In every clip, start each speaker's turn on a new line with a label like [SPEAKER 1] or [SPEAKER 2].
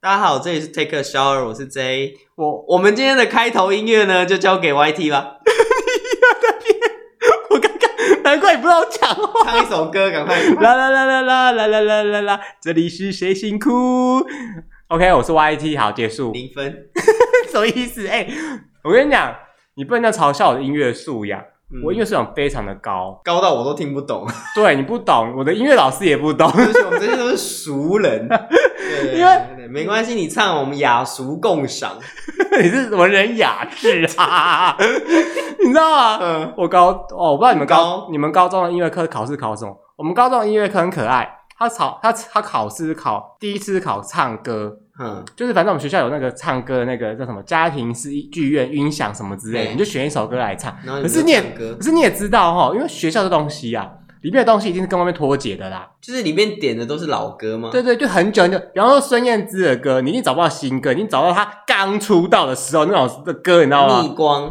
[SPEAKER 1] 大家好，这里是 Take a Shower，我是 J。我我们今天的开头音乐呢，就交给 YT 吧。
[SPEAKER 2] 我刚刚难怪你不让我讲话。
[SPEAKER 1] 唱一首歌，赶快。
[SPEAKER 2] 啦啦啦啦啦啦啦啦啦啦，这里是谁辛苦？OK，我是 YT，好，结 束。
[SPEAKER 1] 零分。
[SPEAKER 2] 什么意思？哎、我跟你讲，你不能这样嘲笑我的音乐素养，
[SPEAKER 1] 嗯
[SPEAKER 2] 我音乐素养非常的高。
[SPEAKER 1] 高到我都听不 懂，
[SPEAKER 2] 对你不懂，我的音乐老师也不懂。
[SPEAKER 1] 而且我们这些都是熟 人。对
[SPEAKER 2] 因为
[SPEAKER 1] 对对没关系，你唱我们雅俗共赏。
[SPEAKER 2] 你是什么人雅致啊？ 你知道吗？
[SPEAKER 1] 嗯，
[SPEAKER 2] 我高哦，我不知道你们高
[SPEAKER 1] 高
[SPEAKER 2] 你们高中的音乐课考试考什么？我们高中的音乐课很可爱，他考他他考试考第一次是考唱歌，
[SPEAKER 1] 嗯，
[SPEAKER 2] 就是反正我们学校有那个唱歌的那个叫什么家庭式剧院音响什么之类的，
[SPEAKER 1] 对
[SPEAKER 2] 你就选一首歌来唱。
[SPEAKER 1] 然后
[SPEAKER 2] 可
[SPEAKER 1] 你
[SPEAKER 2] 是
[SPEAKER 1] 就
[SPEAKER 2] 你也
[SPEAKER 1] 唱歌
[SPEAKER 2] 可，是你也知道哈，因为学校的东西啊，里面的东西一定是跟外面脱节的啦。
[SPEAKER 1] 就是里面点的都是老歌吗？
[SPEAKER 2] 对对，就很久很久，比方说孙燕姿的歌，你一定找不到新歌，你一定找到她刚出道的时候那种的歌，你知道吗？
[SPEAKER 1] 逆光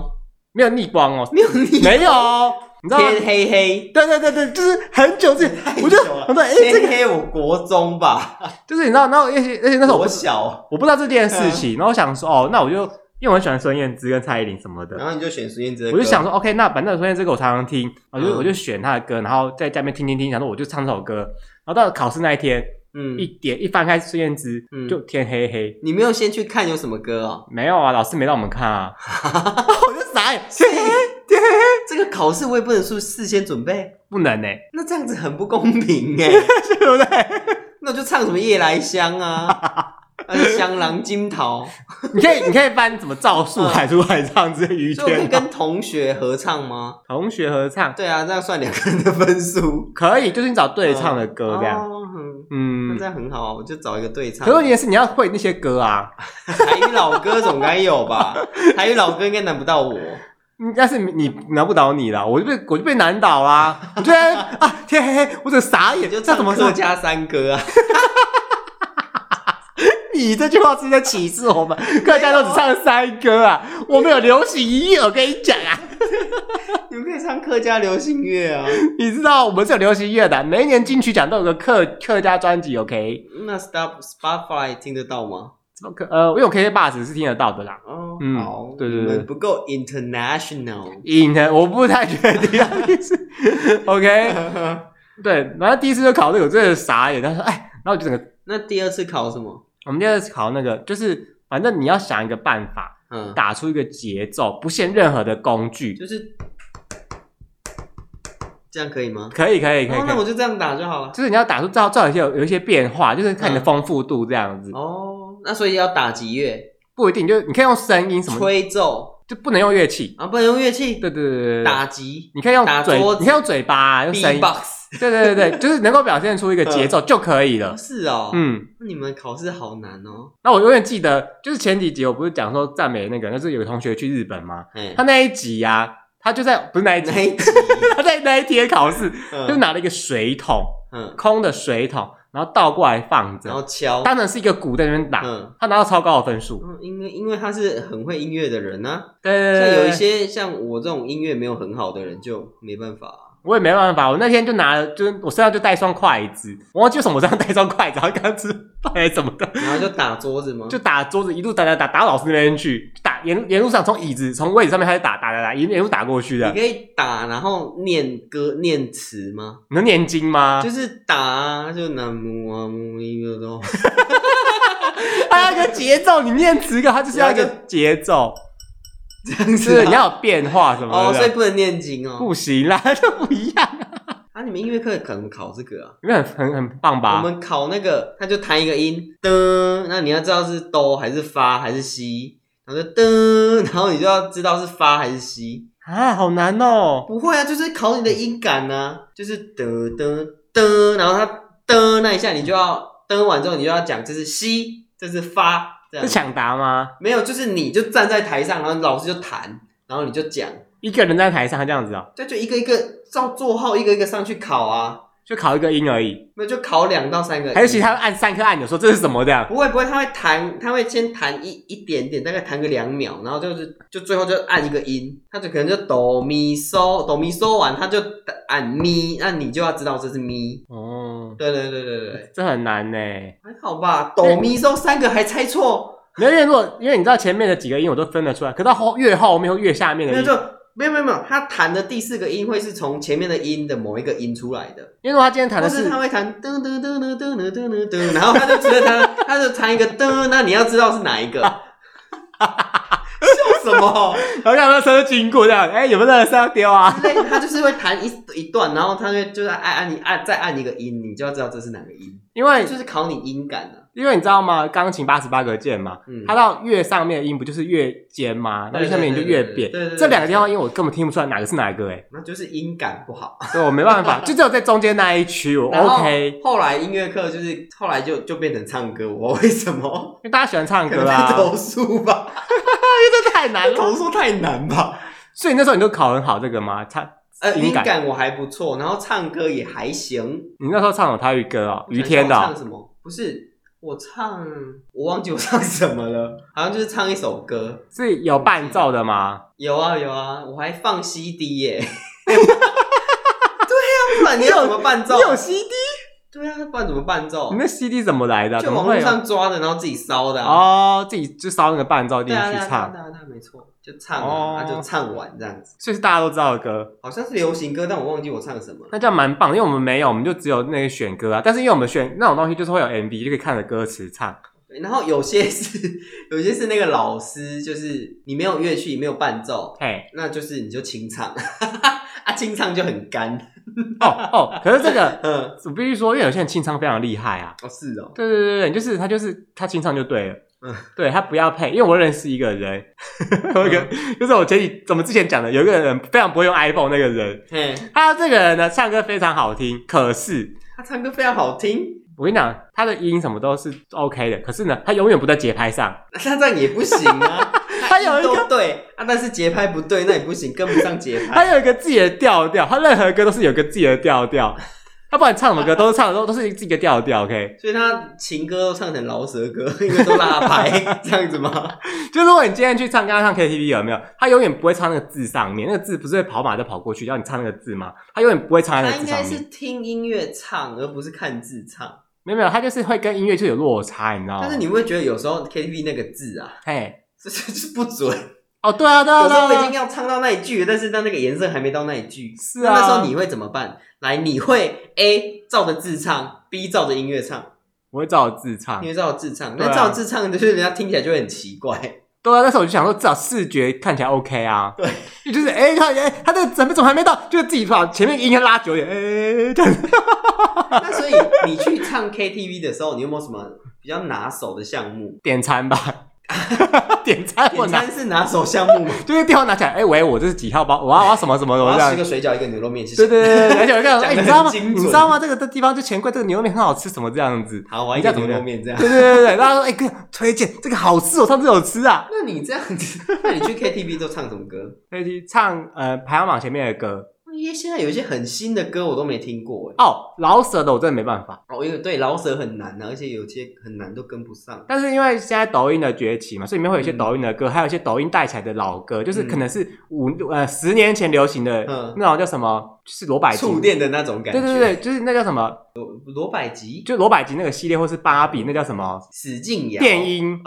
[SPEAKER 2] 没有逆光哦，
[SPEAKER 1] 没有啊逆，
[SPEAKER 2] 没有哦，你知道吗？
[SPEAKER 1] 天黑黑。
[SPEAKER 2] 对对对对，就是很久之前，我就
[SPEAKER 1] 太久了
[SPEAKER 2] 我说哎，这
[SPEAKER 1] 天
[SPEAKER 2] 个
[SPEAKER 1] 黑，我国中吧，
[SPEAKER 2] 就是你知道，然后而且而且那时候我
[SPEAKER 1] 我嗯
[SPEAKER 2] 不
[SPEAKER 1] 小，
[SPEAKER 2] 我不知道这件事情，然后我想说哦，那我就因为我很喜欢孙燕姿跟蔡依林什么的
[SPEAKER 1] 然，后你就选孙燕姿的
[SPEAKER 2] 我
[SPEAKER 1] 歌，
[SPEAKER 2] 就想说 OK，那反正孙燕姿歌我常常听，我就、
[SPEAKER 1] 嗯
[SPEAKER 2] 我就选她的歌，然后在家里面听听听，想说我就唱这首歌，然后到考试那一天、
[SPEAKER 1] 嗯
[SPEAKER 2] 一，点一翻开孙燕姿、
[SPEAKER 1] 嗯
[SPEAKER 2] 就天黑黑，
[SPEAKER 1] 你没有先去看有什么歌哦？
[SPEAKER 2] 没有啊，老师没让我们 看啊，我就傻眼，
[SPEAKER 1] 所以这个考试我也不能说事先准备，
[SPEAKER 2] 不能呢、欸
[SPEAKER 1] 那这样子很不公平哎、
[SPEAKER 2] 对不对？
[SPEAKER 1] 那我就唱什么夜来香啊，还是香囊金桃，
[SPEAKER 2] 你可以你可以翻什么赵树海出来唱这些于
[SPEAKER 1] 嗯所以我可以
[SPEAKER 2] 天啊、
[SPEAKER 1] 跟同学合唱吗？
[SPEAKER 2] 同学合唱。
[SPEAKER 1] 对啊，这样算两个人的分数。
[SPEAKER 2] 可以，就是你找对唱的歌这样。
[SPEAKER 1] 哦嗯那
[SPEAKER 2] 嗯
[SPEAKER 1] 这，样很好啊，我就找一个对唱。
[SPEAKER 2] 可是问题是你要会那些歌啊，
[SPEAKER 1] 台语老歌总该有 吧？台语老歌应该难不到我。
[SPEAKER 2] 嗯但是你你难不倒你啦，我就被我就被难倒啦。我觉得啊，天黑黑，我整个傻眼，
[SPEAKER 1] 你就
[SPEAKER 2] 这
[SPEAKER 1] 唱
[SPEAKER 2] 怎么
[SPEAKER 1] 客
[SPEAKER 2] 说？
[SPEAKER 1] 家山歌啊？
[SPEAKER 2] 你这句话是在歧视我们？客家都只唱山歌啊，我们有流行音乐，我跟你讲啊，
[SPEAKER 1] 你们可以唱客家流行乐啊。
[SPEAKER 2] 你知道我们是有流行音乐的，啊每一年金曲奖都有个客客家专辑，OK？
[SPEAKER 1] 那 Stop Spotify 听得到吗？
[SPEAKER 2] 什么客呃，因为我 KK Bus 是听得到的啦。
[SPEAKER 1] 哦，
[SPEAKER 2] 嗯
[SPEAKER 1] 好，
[SPEAKER 2] 对对
[SPEAKER 1] 你
[SPEAKER 2] 对
[SPEAKER 1] 们不够 international。
[SPEAKER 2] 赢了，我不太确定到底是 OK。对，然后第一次就考这个，我真的傻眼。他说：“哎，然后我就整个，
[SPEAKER 1] 那第二次考什么？
[SPEAKER 2] 我们第二次考那个，就是反正你要想一个办法，
[SPEAKER 1] 嗯，
[SPEAKER 2] 打出一个节奏，不限任何的工具，
[SPEAKER 1] 就是这样可以吗？
[SPEAKER 2] 可以，可以，可以，
[SPEAKER 1] 哦，那
[SPEAKER 2] 可
[SPEAKER 1] 我
[SPEAKER 2] 以。
[SPEAKER 1] 就这样打就好了。
[SPEAKER 2] 就是你要打出照照有一些有有一些变化，就是看你的
[SPEAKER 1] 嗯
[SPEAKER 2] 丰富度这样子，
[SPEAKER 1] 哦，那所以要打击乐、
[SPEAKER 2] 不一定就是你可以用声音什么，
[SPEAKER 1] 吹奏
[SPEAKER 2] 就不能用乐器。
[SPEAKER 1] 啊，不能用乐器，
[SPEAKER 2] 对对对对对，
[SPEAKER 1] 打击
[SPEAKER 2] 你可以用
[SPEAKER 1] 打
[SPEAKER 2] 嘴，
[SPEAKER 1] 桌子
[SPEAKER 2] 你可以用嘴巴啊，用声音。
[SPEAKER 1] B-box。
[SPEAKER 2] 对对对对，就是能够表现出一个节 奏就可以了
[SPEAKER 1] 哦。是哦，
[SPEAKER 2] 嗯。”
[SPEAKER 1] 那你们考试好难哦。
[SPEAKER 2] 那我永远记得，就是前几集我不是讲说赞美那个，就是有个同学去日本吗？
[SPEAKER 1] 哎
[SPEAKER 2] 他，那一集呀、他就在不是那一集，
[SPEAKER 1] 那一集，
[SPEAKER 2] 他在那一天考试，就
[SPEAKER 1] 嗯
[SPEAKER 2] 拿了一个水桶，
[SPEAKER 1] 嗯，
[SPEAKER 2] 空的水桶，然后倒过来放
[SPEAKER 1] 然
[SPEAKER 2] 着，
[SPEAKER 1] 后敲，
[SPEAKER 2] 当然是一个鼓在那边打，
[SPEAKER 1] 哦嗯。
[SPEAKER 2] 他拿到超高的分数。
[SPEAKER 1] 嗯，因为因为他是很会音乐的人呢、
[SPEAKER 2] 对
[SPEAKER 1] 啊，
[SPEAKER 2] 对对
[SPEAKER 1] 像有
[SPEAKER 2] 对，
[SPEAKER 1] 一
[SPEAKER 2] 对，
[SPEAKER 1] 些像我这种音乐没有很好的人就没办法啊、
[SPEAKER 2] 我也没办法，我那天就拿了，就是我身上就带一双筷子，我忘记为什么我身上带一双筷子，然后刚吃饭还是什么的，
[SPEAKER 1] 然后就打桌子吗？
[SPEAKER 2] 就打桌子一路打打打打到老师那边去，打沿沿路上从椅子从位置上面开始打打打打，沿沿路打过去
[SPEAKER 1] 你
[SPEAKER 2] 的。
[SPEAKER 1] 可以打，然后念歌念词吗？
[SPEAKER 2] 你能念经吗？
[SPEAKER 1] 就是打啊，就南无阿弥一个都，
[SPEAKER 2] 它要一个节奏，你念词歌，它就是要一个节奏，
[SPEAKER 1] 这样
[SPEAKER 2] 是
[SPEAKER 1] 子
[SPEAKER 2] 你
[SPEAKER 1] 吗、
[SPEAKER 2] 要有变化什么
[SPEAKER 1] 哦，所以
[SPEAKER 2] 的，
[SPEAKER 1] 不能念经哦。
[SPEAKER 2] 不行啦，就不一样啊，
[SPEAKER 1] 啊，你们音乐课可能考这个啊？
[SPEAKER 2] 因为很很很棒
[SPEAKER 1] 我
[SPEAKER 2] 吧？
[SPEAKER 1] 们考那个，他就弹一个音，噔，那你要知道是哆还是发还是西，然后就噔，然后你就要知道是发还是西。
[SPEAKER 2] 啊，好难哦，
[SPEAKER 1] 不会啊，就是考你的音感呐、就是噔噔噔，然后它噔那一下，你就要噔完之后，你就要讲这是西，这是发，这样
[SPEAKER 2] 是抢答吗？
[SPEAKER 1] 没有，就是你就站在台上，然后老师就弹，然后你就讲，
[SPEAKER 2] 一个人在台上这样子哦，
[SPEAKER 1] 对，就一个一个照座号一个一个上去考啊，
[SPEAKER 2] 就考一个音而已，
[SPEAKER 1] 那就考两到三个音。
[SPEAKER 2] 还有其他按三颗按钮说这是什么这样。
[SPEAKER 1] 不会不会，他会弹，他会先弹一一点点，大概弹个两秒，然后就是就最后就按一个音，他就可能就哆咪嗦，哆咪嗦完他就按咪，那你就要知道这是咪。
[SPEAKER 2] 哦，
[SPEAKER 1] 对对对对对，
[SPEAKER 2] 这很难呢。
[SPEAKER 1] 还好吧，哆咪嗦三个还猜错，
[SPEAKER 2] 没有因为如果因为你知道前面的几个音我都分得出来，可到后越后面或越下面的
[SPEAKER 1] 没有
[SPEAKER 2] 音，
[SPEAKER 1] 就没有没有没有，他弹的第四个音会是从前面的音的某一个音出来的，
[SPEAKER 2] 因为如果他今天弹
[SPEAKER 1] 或
[SPEAKER 2] 的
[SPEAKER 1] 是
[SPEAKER 2] 是
[SPEAKER 1] 他会弹噔噔噔噔噔噔噔噔噔，然后他就直接弹，他 就弹一个噔，那你要知道是哪 一个。笑什么？
[SPEAKER 2] 好像那车经过这样，哎、有没有那个车要丢啊？
[SPEAKER 1] 之类的，他就是会弹一一段，然后他就就是按按你按再按一个音，你就要知道这是哪个音，
[SPEAKER 2] 因为
[SPEAKER 1] 就是考你音感啊。
[SPEAKER 2] 因为你知道吗？钢琴八十八个键嘛，
[SPEAKER 1] 嗯
[SPEAKER 2] 它到越上面的音不就是越尖吗？那
[SPEAKER 1] 对
[SPEAKER 2] 越下面你就越扁
[SPEAKER 1] 对对对对对。对
[SPEAKER 2] 这两个地方音我根本听不出来哪个是哪个，哎，
[SPEAKER 1] 那就是音感不好。
[SPEAKER 2] 所以我没办法，就只有在中间那一区我
[SPEAKER 1] 然后
[SPEAKER 2] OK，因
[SPEAKER 1] 后来音乐课就是后来就就变成唱歌，我为什么？
[SPEAKER 2] 为大家喜欢唱
[SPEAKER 1] 可
[SPEAKER 2] 歌
[SPEAKER 1] 能
[SPEAKER 2] 啊
[SPEAKER 1] 在，投诉吧，
[SPEAKER 2] 因为这太难了。
[SPEAKER 1] 投诉太难吧。
[SPEAKER 2] 所以那时候你就考很好这个吗？唱
[SPEAKER 1] 呃，
[SPEAKER 2] 音
[SPEAKER 1] 音
[SPEAKER 2] 感
[SPEAKER 1] 感我还不错，然后唱歌也还行。
[SPEAKER 2] 你那时候唱有台语歌哦，于天的
[SPEAKER 1] 我想
[SPEAKER 2] 哦
[SPEAKER 1] 唱什么？不是我唱，我忘记我唱什么了，好像就是唱一首歌。
[SPEAKER 2] 是有伴奏的吗？
[SPEAKER 1] 有啊有啊，我还放 CD 耶、 对啊，不然你要怎么伴奏
[SPEAKER 2] 你？有 CD？
[SPEAKER 1] 对啊，不然怎么伴奏
[SPEAKER 2] 你？那 CD 怎么来的？
[SPEAKER 1] 就
[SPEAKER 2] 怎
[SPEAKER 1] 网
[SPEAKER 2] 么
[SPEAKER 1] 络
[SPEAKER 2] 会有？
[SPEAKER 1] 上抓的，然后自己烧的啊。
[SPEAKER 2] 哦，自己就烧那个伴奏进
[SPEAKER 1] 对啊，
[SPEAKER 2] 去
[SPEAKER 1] 对啊，对啊，
[SPEAKER 2] 唱，
[SPEAKER 1] 对啊，对啊没错，就唱
[SPEAKER 2] 哦
[SPEAKER 1] 啊，啊就唱完这样子。
[SPEAKER 2] 所以是大家都知道的歌。
[SPEAKER 1] 好像是流行歌，但我忘记我唱什么了。
[SPEAKER 2] 那这样蛮棒，因为我们没有，我们就只有那个选歌啊。但是因为我们选那种东西，就是会有 MV，就可以看着歌词唱。
[SPEAKER 1] 对然后有些是有些是那个老师，就是你没有乐器，没有伴奏，
[SPEAKER 2] 嘿，
[SPEAKER 1] 那就是你就清唱， 啊，清唱就很干。
[SPEAKER 2] 哦哦， 可是这个
[SPEAKER 1] 嗯，
[SPEAKER 2] 我必须说，因为有些人清唱非常厉害啊。
[SPEAKER 1] 哦是哦，
[SPEAKER 2] 对对对对，就是他就是他清唱就对了。
[SPEAKER 1] 嗯
[SPEAKER 2] 对他不要配，因为我认识一个人，有一个、就是 我前几我们之前讲的，有一个人非常不会用 iPhone 那个人，
[SPEAKER 1] 嘿，
[SPEAKER 2] 他这个人呢唱歌非常好听，可是
[SPEAKER 1] 他唱歌非常好听，
[SPEAKER 2] 我跟你讲，他的音什么都是 OK 的，可是呢他永远不在节拍上，
[SPEAKER 1] 那这样也不行 啊。
[SPEAKER 2] 他有一个
[SPEAKER 1] 都对啊，但是节拍不对，那也不行，跟不上节拍。
[SPEAKER 2] 他有一个自己的调调，他任何歌都是有一个自己的调调，他不管唱什么歌都是唱的都都是自己的调调，OK。
[SPEAKER 1] 所以他情歌都唱成饶舌歌，因为都拉拍 这样子吗？
[SPEAKER 2] 就如果你今天去唱，刚刚唱 KTV 有没有？他永远不会唱那个字上面，那个字不是会跑马就跑过去，要你唱那个字吗？他永远不会唱在那
[SPEAKER 1] 他
[SPEAKER 2] 个
[SPEAKER 1] 应
[SPEAKER 2] 字
[SPEAKER 1] 该
[SPEAKER 2] 上
[SPEAKER 1] 是
[SPEAKER 2] 面。哦
[SPEAKER 1] 听音乐唱，而不是看字唱。
[SPEAKER 2] 没有没有，他就是会跟音乐就有落差，你知道吗？
[SPEAKER 1] 但是你会不会觉得有时候 KTV 那个字啊，
[SPEAKER 2] 嘿，
[SPEAKER 1] 就是就是不 准。
[SPEAKER 2] 哦对啊对啊
[SPEAKER 1] 有时候我已
[SPEAKER 2] 对啊
[SPEAKER 1] 经
[SPEAKER 2] 对啊，
[SPEAKER 1] 要唱到那一句了，但是它那个颜色还没到那一句。
[SPEAKER 2] 是啊
[SPEAKER 1] 那那时候你会怎么办？来，你会 A 照着字唱，B 照着音乐唱，
[SPEAKER 2] 我会照字唱
[SPEAKER 1] 你。会照着字唱。
[SPEAKER 2] 对啊
[SPEAKER 1] 那照着字唱，就是人家听起来就会很奇 怪。
[SPEAKER 2] 对啊，那时候我就想说，至少视觉看起来 OK 啊。对， 就是哎，看哎，他这个怎么怎么还没到，就是自己把前面音乐拉久一点，哎，这样子。
[SPEAKER 1] 那所以你去唱 KTV 的时候，你有没有什么比较拿手的项目？
[SPEAKER 2] 点餐 吧，点餐我
[SPEAKER 1] 点
[SPEAKER 2] 拿
[SPEAKER 1] 餐是拿手项目吗？
[SPEAKER 2] 就是电话拿起来，哎、喂，我这是几号包，我要我要什么什么什
[SPEAKER 1] 我
[SPEAKER 2] 么这
[SPEAKER 1] 要吃
[SPEAKER 2] 样。
[SPEAKER 1] 个水饺，一个牛肉面，谢
[SPEAKER 2] 对
[SPEAKER 1] 谢。
[SPEAKER 2] 对对对，而且我看，
[SPEAKER 1] 讲
[SPEAKER 2] 哎、
[SPEAKER 1] 得
[SPEAKER 2] 你知道吗？
[SPEAKER 1] 很精
[SPEAKER 2] 你
[SPEAKER 1] 准
[SPEAKER 2] 知道吗？这个这地方就钱柜，这个牛肉面很好吃，什么这样子。
[SPEAKER 1] 好，我要一
[SPEAKER 2] 你这
[SPEAKER 1] 个
[SPEAKER 2] 样怎
[SPEAKER 1] 牛
[SPEAKER 2] 么
[SPEAKER 1] 肉面 这样。
[SPEAKER 2] 对对对对，然后说，哎、哥推荐这个好吃，我上次有吃啊。
[SPEAKER 1] 那你这样子，那 你去 KTV 都唱什么歌？
[SPEAKER 2] 那去唱呃排行榜前面的歌
[SPEAKER 1] 因为现在哦有一些很新的歌我都没听过哎。
[SPEAKER 2] 哦，老舍的我真的没办法，
[SPEAKER 1] 哦，因为对老舍很难啊，而且有些很难都跟不上。
[SPEAKER 2] 但是因为现在抖音的崛起嘛，所以里面会有一些
[SPEAKER 1] 嗯
[SPEAKER 2] 抖音的歌，还有一些抖音带起来的老歌，就是
[SPEAKER 1] 嗯
[SPEAKER 2] 可能是五、呃十年前流行的、
[SPEAKER 1] 嗯
[SPEAKER 2] 那种叫什么，就是罗百吉，
[SPEAKER 1] 触电的那种感觉。
[SPEAKER 2] 对对对，对，就是那叫什么
[SPEAKER 1] 对，罗百吉、
[SPEAKER 2] 就罗百吉那个系列，或是芭比那叫什么
[SPEAKER 1] 史劲尧、
[SPEAKER 2] 电音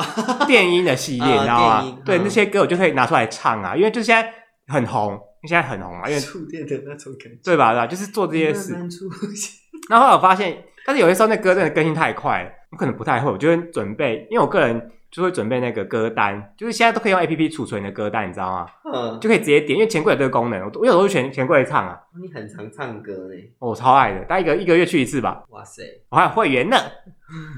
[SPEAKER 2] 电音的系 列，
[SPEAKER 1] 啊
[SPEAKER 2] 你知道
[SPEAKER 1] 电
[SPEAKER 2] 吗
[SPEAKER 1] 音？
[SPEAKER 2] 对，
[SPEAKER 1] 嗯
[SPEAKER 2] 那些歌我就可以拿出来唱啊，因为就现在很红，现在很 红嘛，因为
[SPEAKER 1] 哦触电的那种感觉。
[SPEAKER 2] 对吧？对吧？就是做这些事
[SPEAKER 1] 慢。慢出 现
[SPEAKER 2] 然后后来我发现，但是有些时候那歌真的更新太快了，我可能不太会，我就会准备，因为我个人就会准备那个歌单，就是现在都可以用 A P P 储存你的歌单，你知道吗？
[SPEAKER 1] 嗯，
[SPEAKER 2] 就可以直接点，因为钱柜有这个功能，我我有时候全钱柜唱啊，
[SPEAKER 1] 你很常唱歌呢。
[SPEAKER 2] 我超爱的，大概一个一个月去一次吧，
[SPEAKER 1] 哇塞，
[SPEAKER 2] 我还有会员呢，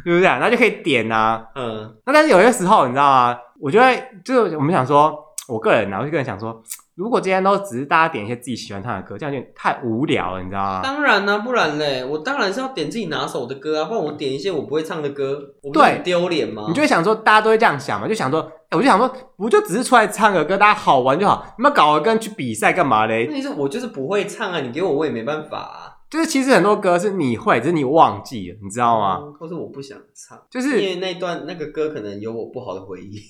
[SPEAKER 2] 是不是、啊？然后就可以点啊，
[SPEAKER 1] 嗯，
[SPEAKER 2] 那但是有些时候，你知道吗？我觉得就是我们想说，我个人呢、啊，我就个人想说，如果今天都只是大家点一些自己喜欢唱的歌，这样有点太无聊了，你知道吗？
[SPEAKER 1] 当然啊啦、不然嘞，我当然是要点自己拿手的歌啊，不然我点一些我不会唱的歌，我不是
[SPEAKER 2] 对
[SPEAKER 1] 很丢脸吗？
[SPEAKER 2] 你就会想说，大家都会这样想嘛，就想说，哎我就想说，不就只是出来唱个歌，大家好玩就好，你们搞得跟去比赛干嘛嘞？
[SPEAKER 1] 那你是我就是不会唱啊，你给我我也没办法啊。
[SPEAKER 2] 就是其实很多歌是你会，只是你忘记了，你知道吗？
[SPEAKER 1] 嗯或是我不想唱，
[SPEAKER 2] 哦就是
[SPEAKER 1] 因为那一段那个歌可能有我不好的回忆。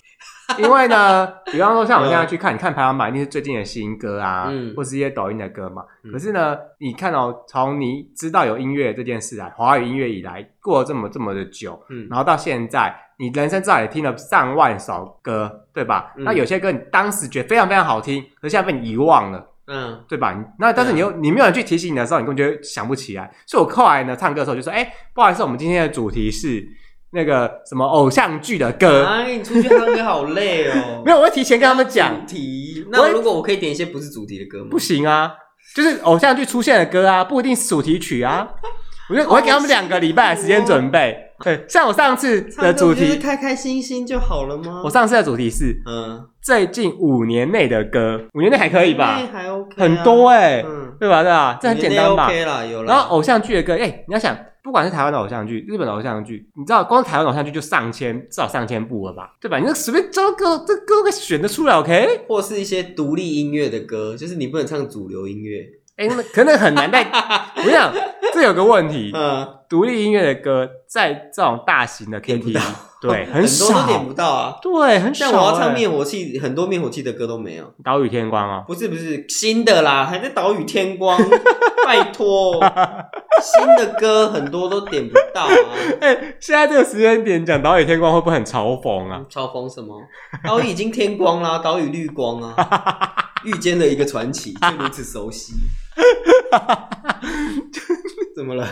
[SPEAKER 2] 因为 呢，比方说像我们现在去看，你看排行榜一定是最近的新歌啊，
[SPEAKER 1] 嗯
[SPEAKER 2] 或是一些抖音的歌嘛。
[SPEAKER 1] 嗯
[SPEAKER 2] 可是呢，你看哦，从你知道有音乐这件事啊，华语音乐以来过了这么这么的久，
[SPEAKER 1] 嗯
[SPEAKER 2] 然后到现在，你人生至少也听了上万首歌，对吧？
[SPEAKER 1] 嗯
[SPEAKER 2] 那有些歌你当时觉得非常非常好听，可是现在被你遗忘了。
[SPEAKER 1] 嗯
[SPEAKER 2] 对吧？你那但是你又、你没有人去提醒你的时候，你根本就想不起来。所以我后来呢，唱歌的时候就说：“哎、不好意思，我们今天的主题是那个什么偶像剧的歌。
[SPEAKER 1] 哎，你出去唱歌好累哦。
[SPEAKER 2] 呃没有，我会提前跟他们讲，
[SPEAKER 1] 主题，
[SPEAKER 2] 我
[SPEAKER 1] 那
[SPEAKER 2] 也
[SPEAKER 1] 如果我可以点一些不是主题的歌吗？
[SPEAKER 2] 不，行啊，就是偶像剧出现的歌啊，不一定是主题曲啊。我就我会给他们两个礼拜的时间准备。对，像我上次的
[SPEAKER 1] 唱歌
[SPEAKER 2] 主
[SPEAKER 1] 不就是
[SPEAKER 2] 题，
[SPEAKER 1] 开开心心就好了吗？
[SPEAKER 2] 我上次的主题是
[SPEAKER 1] 嗯，
[SPEAKER 2] 最近五年内的歌，五年内还可以吧
[SPEAKER 1] 因为？还 OK，啊
[SPEAKER 2] 很多哎、
[SPEAKER 1] 嗯，
[SPEAKER 2] 对吧？对吧？这很简单吧？
[SPEAKER 1] 你那 OK 啦，有啦。
[SPEAKER 2] 然后偶像剧的歌，哎、你要想，不管是台湾的偶像剧、日本的偶像剧，你知道光台湾偶像剧就上千，至少上千部了吧？对吧？你这随便招歌，这歌给选得出来，OK？
[SPEAKER 1] 或是一些独立音乐的歌，就是你不能唱主流音乐。
[SPEAKER 2] 哎、那可能很 难在，我跟你讲，这有个问题，
[SPEAKER 1] 嗯，
[SPEAKER 2] 独立音乐的歌在这种大型的
[SPEAKER 1] 点不
[SPEAKER 2] KTV，
[SPEAKER 1] 到
[SPEAKER 2] 对，
[SPEAKER 1] 很
[SPEAKER 2] 少，
[SPEAKER 1] 多都点不到啊。
[SPEAKER 2] 对，很少、
[SPEAKER 1] 像我要唱
[SPEAKER 2] 哎
[SPEAKER 1] 灭火器，很多灭火器的歌都没有。
[SPEAKER 2] 岛屿天光哦，
[SPEAKER 1] 不是不是新的啦，还在岛屿天 光，拜托，新的歌很多都点不到啊。
[SPEAKER 2] 哎、现在这个时间点讲岛屿天光会不会很嘲讽 啊？
[SPEAKER 1] 嘲讽什么？岛屿已经天光啦，岛屿绿光啊， 遇见了一个传奇，却如此熟悉。怎么了？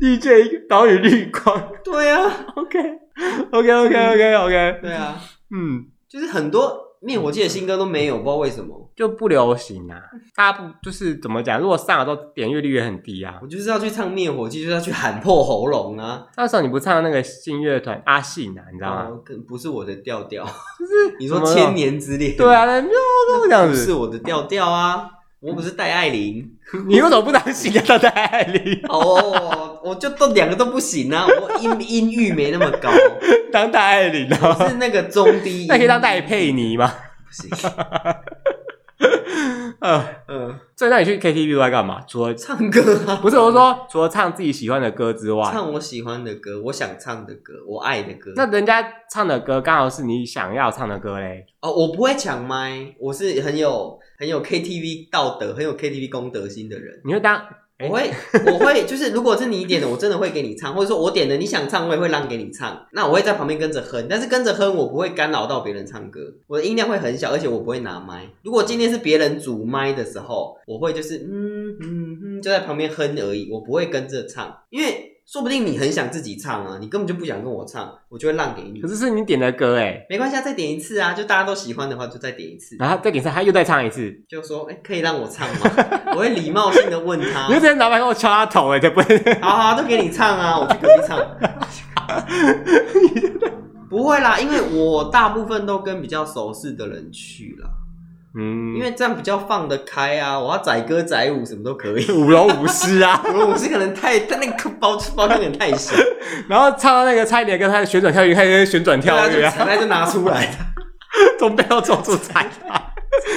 [SPEAKER 2] DJ 岛屿绿光
[SPEAKER 1] 对啊，
[SPEAKER 2] ，OK，OK，OK，OK，OK，
[SPEAKER 1] 对啊，
[SPEAKER 2] 嗯。
[SPEAKER 1] 就是很多灭火器的新歌都没有，不知道为什么。
[SPEAKER 2] 就不流行啊。大家不就是怎么讲？如果上了之后点阅率也很低啊
[SPEAKER 1] 我。就是要去唱灭火器，就是要去喊破喉咙啊！
[SPEAKER 2] 那时候你不唱那个信乐团阿信啊，你知道吗？
[SPEAKER 1] 哦，更不是我的调调。
[SPEAKER 2] 就是
[SPEAKER 1] 你说
[SPEAKER 2] 怎么了
[SPEAKER 1] 千年之恋？
[SPEAKER 2] 对啊，那喵这样
[SPEAKER 1] 不是
[SPEAKER 2] 子，
[SPEAKER 1] 我的调调啊！我不是戴爱玲
[SPEAKER 2] 你为什么不 当信乐团的爱丽，
[SPEAKER 1] 哦，我就都两个都不行啊！我音音域没那么高，
[SPEAKER 2] 当戴爱玲
[SPEAKER 1] 我
[SPEAKER 2] 哦？
[SPEAKER 1] 是那个中低音。
[SPEAKER 2] 那可以当戴佩妮吗？
[SPEAKER 1] 不行。
[SPEAKER 2] 呃，
[SPEAKER 1] 嗯，
[SPEAKER 2] 所以那你去 KTV 都在干嘛？除了
[SPEAKER 1] 唱歌啊，
[SPEAKER 2] 不是我说，除了唱自己喜欢的歌之外，
[SPEAKER 1] 唱我喜欢的歌，我想唱的歌，我爱的歌。
[SPEAKER 2] 那人家唱的歌刚好是你想要唱的歌嘞。
[SPEAKER 1] 哦，我不会抢麦，我是很有很有 KTV 道德、很有 KTV 公德心的人。
[SPEAKER 2] 你会当哎
[SPEAKER 1] 我会，我 会，就是如果是你点的，我真的会给你唱，或者说我点的你想唱，我也会让给你唱。那我会在旁边跟着哼，但是跟着哼，我不会干扰到别人唱歌，我的音量会很小，而且我不会拿麦。如果今天是别人主麦的时候，我会就是嗯嗯嗯，就在旁边哼而已，我不会跟着唱，因为说不定你很想自己唱啊，你根本就不想跟我唱，我就会让给你
[SPEAKER 2] 可。是是你点的歌哎，
[SPEAKER 1] 没关系，啊，再点一次啊，就大家都喜欢的话，就再点一次。
[SPEAKER 2] 然后再点上，他又再唱一次，
[SPEAKER 1] 就说，哎、可以让我唱吗？ 我会礼貌性的问他
[SPEAKER 2] 你，就直接拿麦克风敲他头哎，对不对？
[SPEAKER 1] 好好，都给你唱 啊，我去隔壁唱。不会啦，因为我大部分都跟比较熟识的人去啦，
[SPEAKER 2] 嗯，。
[SPEAKER 1] 因为这样比较放得开啊。我要载歌载舞什么都可以
[SPEAKER 2] 舞龙舞狮啊，
[SPEAKER 1] 我是可能太，但那个包包有点太小，
[SPEAKER 2] 然后唱到那个蔡依林跟他的旋转跳跃，开始旋转跳跃
[SPEAKER 1] 对啊
[SPEAKER 2] 啊
[SPEAKER 1] 就，彩带就拿出来 的。
[SPEAKER 2] 从背后抓住彩排，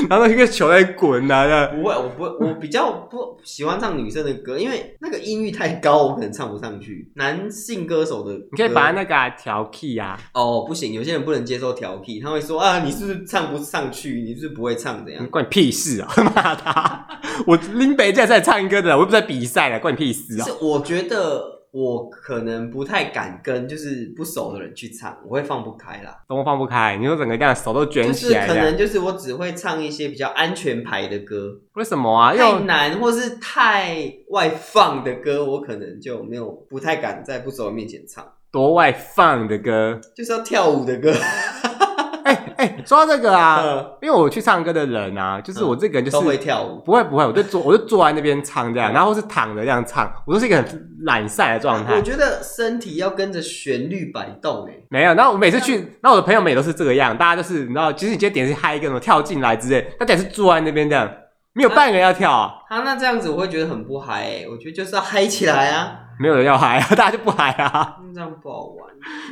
[SPEAKER 2] 然后那个球在滚啊，这样
[SPEAKER 1] 不会，我不会，我比较不喜欢唱女生的歌，因为那个音域太高，我可能唱不上去。男性歌手的歌，
[SPEAKER 2] 你可以把那个啊调 key 啊，
[SPEAKER 1] 哦，不行，有些人不能接受调 key，他会说啊，你是不是唱不上去？你是不是不会唱怎样？
[SPEAKER 2] 关你屁事啊！ 骂他，我林北在在唱歌的，我又不在比赛了，关你屁事啊
[SPEAKER 1] 是！我觉得我可能不太敢跟就是不熟的人去唱，我会放不开啦。
[SPEAKER 2] 怎么放不开？你说整个这样手都卷
[SPEAKER 1] 就
[SPEAKER 2] 起
[SPEAKER 1] 是
[SPEAKER 2] 来
[SPEAKER 1] 可
[SPEAKER 2] 这样，
[SPEAKER 1] 能就是我只会唱一些比较安全牌的歌，
[SPEAKER 2] 为什么啊？
[SPEAKER 1] 太
[SPEAKER 2] 又
[SPEAKER 1] 难或是太外放的歌，我可能就没有不太敢在不熟的面前唱。
[SPEAKER 2] 多外放的歌？
[SPEAKER 1] 就是要跳舞的歌，
[SPEAKER 2] 哎，说到这个 啊，
[SPEAKER 1] 呃
[SPEAKER 2] 因为我去唱歌的人啊，就是我这个人就
[SPEAKER 1] 嗯都会
[SPEAKER 2] 是
[SPEAKER 1] 跳舞。
[SPEAKER 2] 不会不会，我就 坐我就坐在那边唱这样，
[SPEAKER 1] 嗯
[SPEAKER 2] 然后是躺着这样唱，我就是一个很懒散的状
[SPEAKER 1] 我
[SPEAKER 2] 态。
[SPEAKER 1] 觉得身体要跟着旋律摆动、欸，
[SPEAKER 2] 没有，然后我每次去，然后我的朋友们也都是这个样，大家就是你知道，其实你今天点是嗨一个什么跳进来之类，大家也是坐在那边这样，没有半个人要跳、啊，
[SPEAKER 1] 啊，那这样子我会觉得很不嗨、欸，我觉得就是要嗨起来啊，
[SPEAKER 2] 没有人要嗨啊， 大家就不嗨啊，
[SPEAKER 1] 嗯这样不好玩。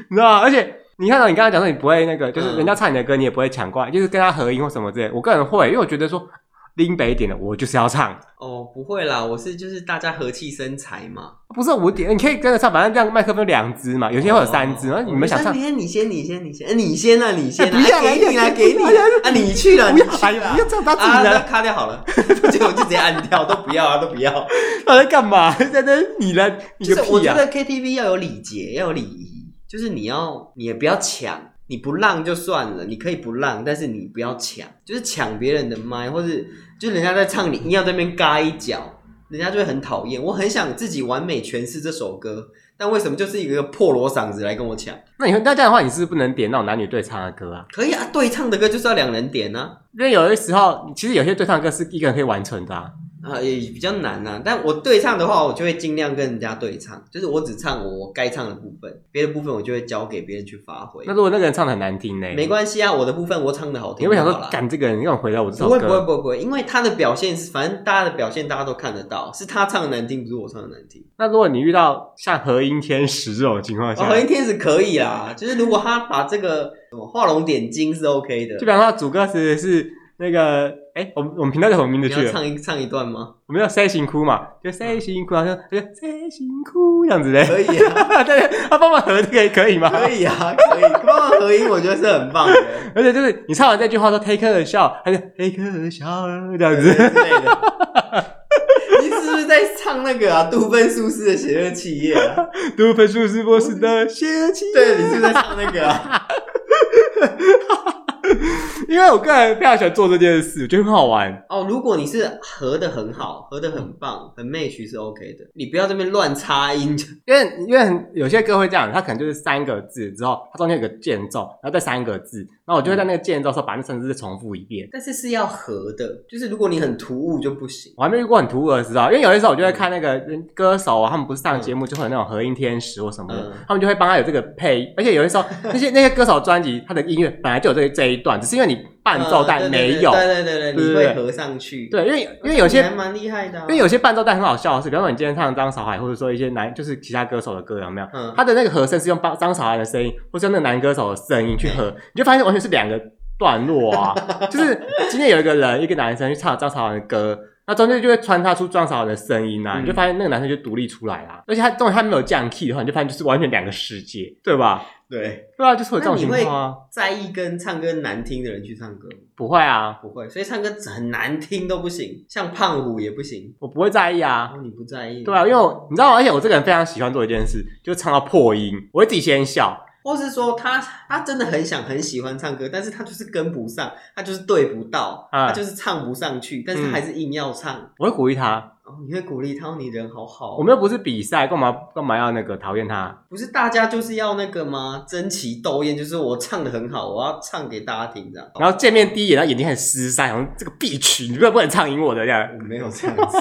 [SPEAKER 2] 你知道吗？而且你看到你刚才讲说你不会那个，就是
[SPEAKER 1] 嗯
[SPEAKER 2] 人家唱你的歌，你也不会抢过来，就是跟他合音或什么之类。我个人会，因为我觉得说。拎北一点的，我就是要唱。
[SPEAKER 1] 哦，不会啦，我是就是大家和气生财嘛。
[SPEAKER 2] 不是啊我点，你可以跟着唱，反正这样麦克风两只嘛，有些会有三只，然后你们想唱
[SPEAKER 1] 哦，你先，你先，你先，你先，哎你先啊，你先啊，
[SPEAKER 2] 哎不要
[SPEAKER 1] 哎给你
[SPEAKER 2] 哎
[SPEAKER 1] 啦，
[SPEAKER 2] 呀
[SPEAKER 1] 给你
[SPEAKER 2] 哎呀
[SPEAKER 1] 啊，你去了，
[SPEAKER 2] 不
[SPEAKER 1] 你
[SPEAKER 2] 要，
[SPEAKER 1] 去
[SPEAKER 2] 哎呀
[SPEAKER 1] 了
[SPEAKER 2] 不要。这样当主
[SPEAKER 1] 啊，
[SPEAKER 2] 持人
[SPEAKER 1] 那，咔掉好了， 结果就直接按掉，都不要啊，都不要。
[SPEAKER 2] 他在干嘛？在那你呢？你
[SPEAKER 1] 就
[SPEAKER 2] 个
[SPEAKER 1] 是我
[SPEAKER 2] 屁啊
[SPEAKER 1] 觉
[SPEAKER 2] 呀！
[SPEAKER 1] 得 KTV 要有礼节，要有礼仪，就是你要你也不要抢，你不让就算了，你可以不让，但是你不要抢，就是抢别人的麦，或是就是人家在唱，你硬要在那边嘎一脚，人家就会很讨厌。我很想自己完美诠释这首歌，但为什么就是一个破锣嗓子来跟我抢？
[SPEAKER 2] 那你会那这样的话，你是不是不能点那种男女对唱的歌啊？
[SPEAKER 1] 可以啊，对唱的歌就是要两人点啊，
[SPEAKER 2] 因为有些时候，其实有些对唱歌是一个人可以完成的啊。
[SPEAKER 1] 啊也比较难啊。但我对唱的话，我就会尽量跟人家对唱，就是我只唱我该唱的部分，别的部分我就会交给别人去发挥。
[SPEAKER 2] 那如果那个人唱的很难听呢？
[SPEAKER 1] 没关系啊，我的部分我唱的好听
[SPEAKER 2] 你
[SPEAKER 1] 就
[SPEAKER 2] 会
[SPEAKER 1] 好
[SPEAKER 2] 想
[SPEAKER 1] 啦。
[SPEAKER 2] 说，干这个人让我回到我这首
[SPEAKER 1] 不会
[SPEAKER 2] 歌，
[SPEAKER 1] 不会不会不会，因为他的表现是，反正大家的表现大家都看得到，是他唱的难听，不是我唱的难听。
[SPEAKER 2] 那如果你遇到像和音天使这种情况下，
[SPEAKER 1] 哦，和音天使可以啦，就是如果他把这个什么画龙点睛是 OK 的
[SPEAKER 2] 就比。方说主歌词是那个，哎、我们我们频道叫什么名字
[SPEAKER 1] 你
[SPEAKER 2] 去
[SPEAKER 1] 要
[SPEAKER 2] 了？
[SPEAKER 1] 唱一唱一段吗？
[SPEAKER 2] 我们叫谁辛苦嘛，就谁辛苦，好像就谁辛苦这样子的。
[SPEAKER 1] 可以啊，
[SPEAKER 2] 对对，他帮忙合这个可以吗？
[SPEAKER 1] 可以啊，可以。帮忙合音，我觉得是很棒的。
[SPEAKER 2] 而且就是你唱完这句话说 take a shot，他就 take a shot 这样
[SPEAKER 1] 之
[SPEAKER 2] 子。
[SPEAKER 1] 类的。 你是不是在唱那个啊？杜芬苏斯的《邪恶企业》啊？
[SPEAKER 2] 读分数是博士的邪气。
[SPEAKER 1] 对，你是不是在唱那个啊？
[SPEAKER 2] 因为我个人非常喜欢做这件事，我觉得很好玩。
[SPEAKER 1] 哦，如果你是合的很好，合的很棒，很 match 是 OK 的。你不要这边乱插音，
[SPEAKER 2] 因为因为很有些歌会这样，它可能就是三个字之后，它中间有个间奏，然后再三个字，然后我就会在那个间奏的时候把那三个字重复一遍。
[SPEAKER 1] 但是是要合的，就是如果你很突兀就不行。
[SPEAKER 2] 我还没遇过很突兀的时候，因为有些时候我就会看那个歌手啊，他们不是上节目就会有那种合音天使或什么的，
[SPEAKER 1] 嗯
[SPEAKER 2] 他们就会帮他有这个配，而且有些时候那些那些歌手专辑它的音乐本来就有这这一段，只是因为你伴奏带
[SPEAKER 1] 嗯
[SPEAKER 2] 没有，
[SPEAKER 1] 对对对对对，
[SPEAKER 2] 对
[SPEAKER 1] 你
[SPEAKER 2] 对对
[SPEAKER 1] 会合上去。，
[SPEAKER 2] 对，因为因为有些
[SPEAKER 1] 还蛮厉害的啊、
[SPEAKER 2] 因为有些伴奏带很好笑的是，比方说你今天唱张韶涵，或者说一些男就是其他歌手的歌有没有？
[SPEAKER 1] 嗯，
[SPEAKER 2] 他的那个和声是用张张韶涵的声音，或是用那个男歌手的声音去合，你就发现完全是两个段落啊。就是今天有一个人，一个男生去唱张韶涵的歌，那中间就会穿插出张韶涵的声音啊，
[SPEAKER 1] 嗯
[SPEAKER 2] 你就发现那个男生就独立出来啦、而且他重点他没有降 key 的话，你就发现就是完全两个世界，对吧？
[SPEAKER 1] 对，
[SPEAKER 2] 对啊，就是有这种情
[SPEAKER 1] 那
[SPEAKER 2] 况啊。
[SPEAKER 1] 在意跟唱歌难听的人去唱歌
[SPEAKER 2] 不会啊，
[SPEAKER 1] 不会，所以唱歌很难听都不行，像胖虎也不行。
[SPEAKER 2] 我不会在意啊
[SPEAKER 1] 然。后你不在意，
[SPEAKER 2] 对啊，因为我你知道吗，而且我这个人非常喜欢做一件事，就是唱到破音，我会自己先笑。
[SPEAKER 1] 或是说他他真的很想很喜欢唱歌，但是他就是跟不上，他就是对不到，
[SPEAKER 2] 啊嗯
[SPEAKER 1] 他就是唱不上去，但是他还是硬要唱。
[SPEAKER 2] 我会鼓励他，
[SPEAKER 1] 哦，你会鼓励他，哦你人好好哦。
[SPEAKER 2] 我们又不是比赛，干嘛干嘛要那个讨厌他？
[SPEAKER 1] 不是大家就是要那个吗？争奇斗艳，就是我唱的很好，我要唱给大家听这样。哦
[SPEAKER 2] 然后见面第一眼，他眼睛很失散，然后这个必曲，你不要不能唱赢我的这样。
[SPEAKER 1] 我没有这样 子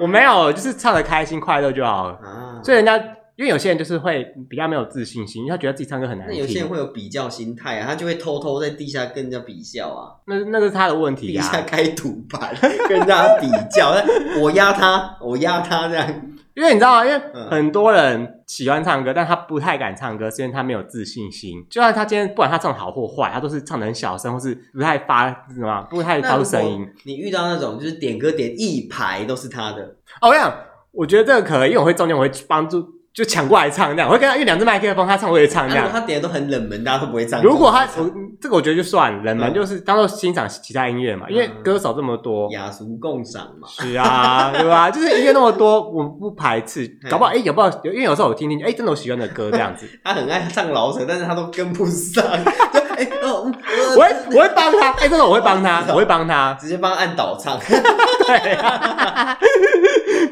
[SPEAKER 2] 我没有，就是唱的开心快乐就好了。
[SPEAKER 1] 啊，
[SPEAKER 2] 所以人家因为有些人就是会比较没有自信心，因为他觉得自己唱歌很难
[SPEAKER 1] 那有些人
[SPEAKER 2] 听，
[SPEAKER 1] 会有比较心态啊，他就会偷偷在地下跟人家比较啊，
[SPEAKER 2] 那那个是他的问题啊
[SPEAKER 1] 地
[SPEAKER 2] 呀、
[SPEAKER 1] 下开赌盘 跟人家比较，那我压他，我压他这样。
[SPEAKER 2] 因为你知道吗？因为
[SPEAKER 1] 嗯
[SPEAKER 2] 很多人喜欢唱歌，但他不太敢唱歌，是因为他没有自信心。就算他今天不管他唱好或坏，他都是唱的很小声，或是不太发什么，不太
[SPEAKER 1] 那
[SPEAKER 2] 发
[SPEAKER 1] 如
[SPEAKER 2] 出
[SPEAKER 1] 果
[SPEAKER 2] 声音。
[SPEAKER 1] 你遇到那种就是点歌点一排都是他的，
[SPEAKER 2] 哦，我想，我觉得这个可以，因为我会中间我会帮助，就抢过来唱这样，我会跟他，因为两只麦克风，他唱我也唱
[SPEAKER 1] 那
[SPEAKER 2] 这
[SPEAKER 1] 如果
[SPEAKER 2] 样。
[SPEAKER 1] 他点的都很冷门，大家都不会唱。
[SPEAKER 2] 如果他我这个我觉得就算了，冷门
[SPEAKER 1] 嗯
[SPEAKER 2] 就是当做欣赏其他音乐嘛，因为
[SPEAKER 1] 嗯
[SPEAKER 2] 歌手这么多，
[SPEAKER 1] 雅俗共赏嘛，
[SPEAKER 2] 是啊， 对吧？就是音乐那么多，我们不排斥，
[SPEAKER 1] 嗯
[SPEAKER 2] 搞不好哎，有不好？因为有时候我听听，哎，真的我喜欢的歌这样子，
[SPEAKER 1] 他很爱唱老舌，但是他都跟不上。就哎、哦嗯呃
[SPEAKER 2] 我会我会帮他，哎，真的我会帮他，我会帮他，
[SPEAKER 1] 直接帮他按倒唱，
[SPEAKER 2] 对啊，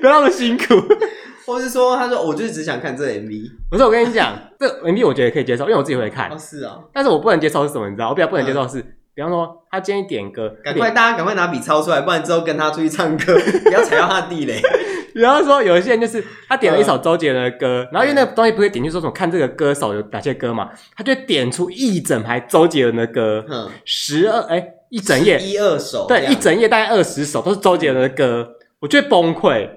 [SPEAKER 2] 不要那么辛苦。
[SPEAKER 1] 或是说他说我就是只想看这 MV。
[SPEAKER 2] 不是我跟你讲，这 MV 我觉得可以接受，因为我自己会看
[SPEAKER 1] 哦，，是啊，
[SPEAKER 2] 但是我不能接受是什么？你知道，我比较不能接受是，比方说他今天点歌，
[SPEAKER 1] 赶快大家赶快拿笔抄出来，不然之后跟他出去唱歌，不要踩到他的地雷。
[SPEAKER 2] 比方说有一些人就是他点了一首周杰伦的歌，然后因为那个东西不会点去说什么看这个歌手有哪些歌嘛，他就点出一整排周杰伦的歌，
[SPEAKER 1] 嗯，
[SPEAKER 2] 十二哎一整页，
[SPEAKER 1] 一二首，
[SPEAKER 2] 对，一，整页大概二十首都是周杰伦的 歌，我就会崩溃。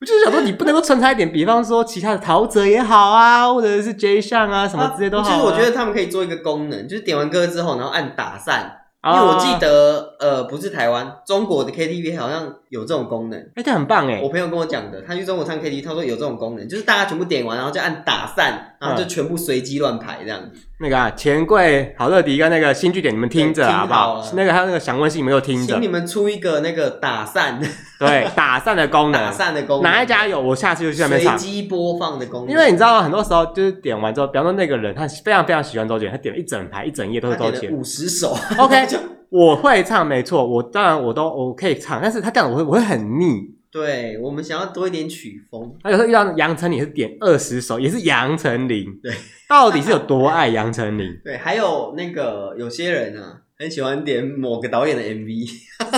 [SPEAKER 2] 我就是想说，你不能够穿插一点，比方说其他的陶喆也好啊，或者是 J 上啊什么之类都好、
[SPEAKER 1] 其
[SPEAKER 2] 啊。
[SPEAKER 1] 实我觉得他们可以做一个功能，就是点完歌之后，然后按打散，因为我记
[SPEAKER 2] 啊
[SPEAKER 1] 得，呃，不是台湾，中国的 KTV 好像有这种功能。
[SPEAKER 2] 哎，这很棒哎
[SPEAKER 1] 我，朋友跟我讲的，他去中国唱 KTV，他说有这种功能，就是大家全部点完，然后就按打散，然后
[SPEAKER 2] 嗯
[SPEAKER 1] 就全部随机乱排这样子。
[SPEAKER 2] 那个啊，钱柜、好乐迪跟那个新据点，你们听着
[SPEAKER 1] 对听
[SPEAKER 2] 好不好
[SPEAKER 1] 好了？
[SPEAKER 2] 那个还有那个想问信，你们有听着
[SPEAKER 1] 请你？们出一个那个打散、
[SPEAKER 2] 对，打散的功
[SPEAKER 1] 打
[SPEAKER 2] 能，
[SPEAKER 1] 散的功能，
[SPEAKER 2] 哪一家有？我下次就去那边
[SPEAKER 1] 随
[SPEAKER 2] 唱。
[SPEAKER 1] 机播放的功能。
[SPEAKER 2] 因为你知道，很多时候就是点完之后，比方说那个人他非常非常喜欢周杰伦，他点了一整排一整页都
[SPEAKER 1] 他
[SPEAKER 2] 是周
[SPEAKER 1] 点
[SPEAKER 2] 杰
[SPEAKER 1] 了
[SPEAKER 2] 伦。
[SPEAKER 1] 五十首
[SPEAKER 2] OK
[SPEAKER 1] 就
[SPEAKER 2] 我会唱没错，我当然我都我可以唱，但是他这样我会我会很腻。
[SPEAKER 1] 对我们想要多一点曲风，
[SPEAKER 2] 那有时候遇到杨丞琳是点二十首，也是杨丞琳，
[SPEAKER 1] 对，？
[SPEAKER 2] 到底是有多爱杨丞琳
[SPEAKER 1] 对，还有那个有些人啊，很喜欢点某个导演的 MV。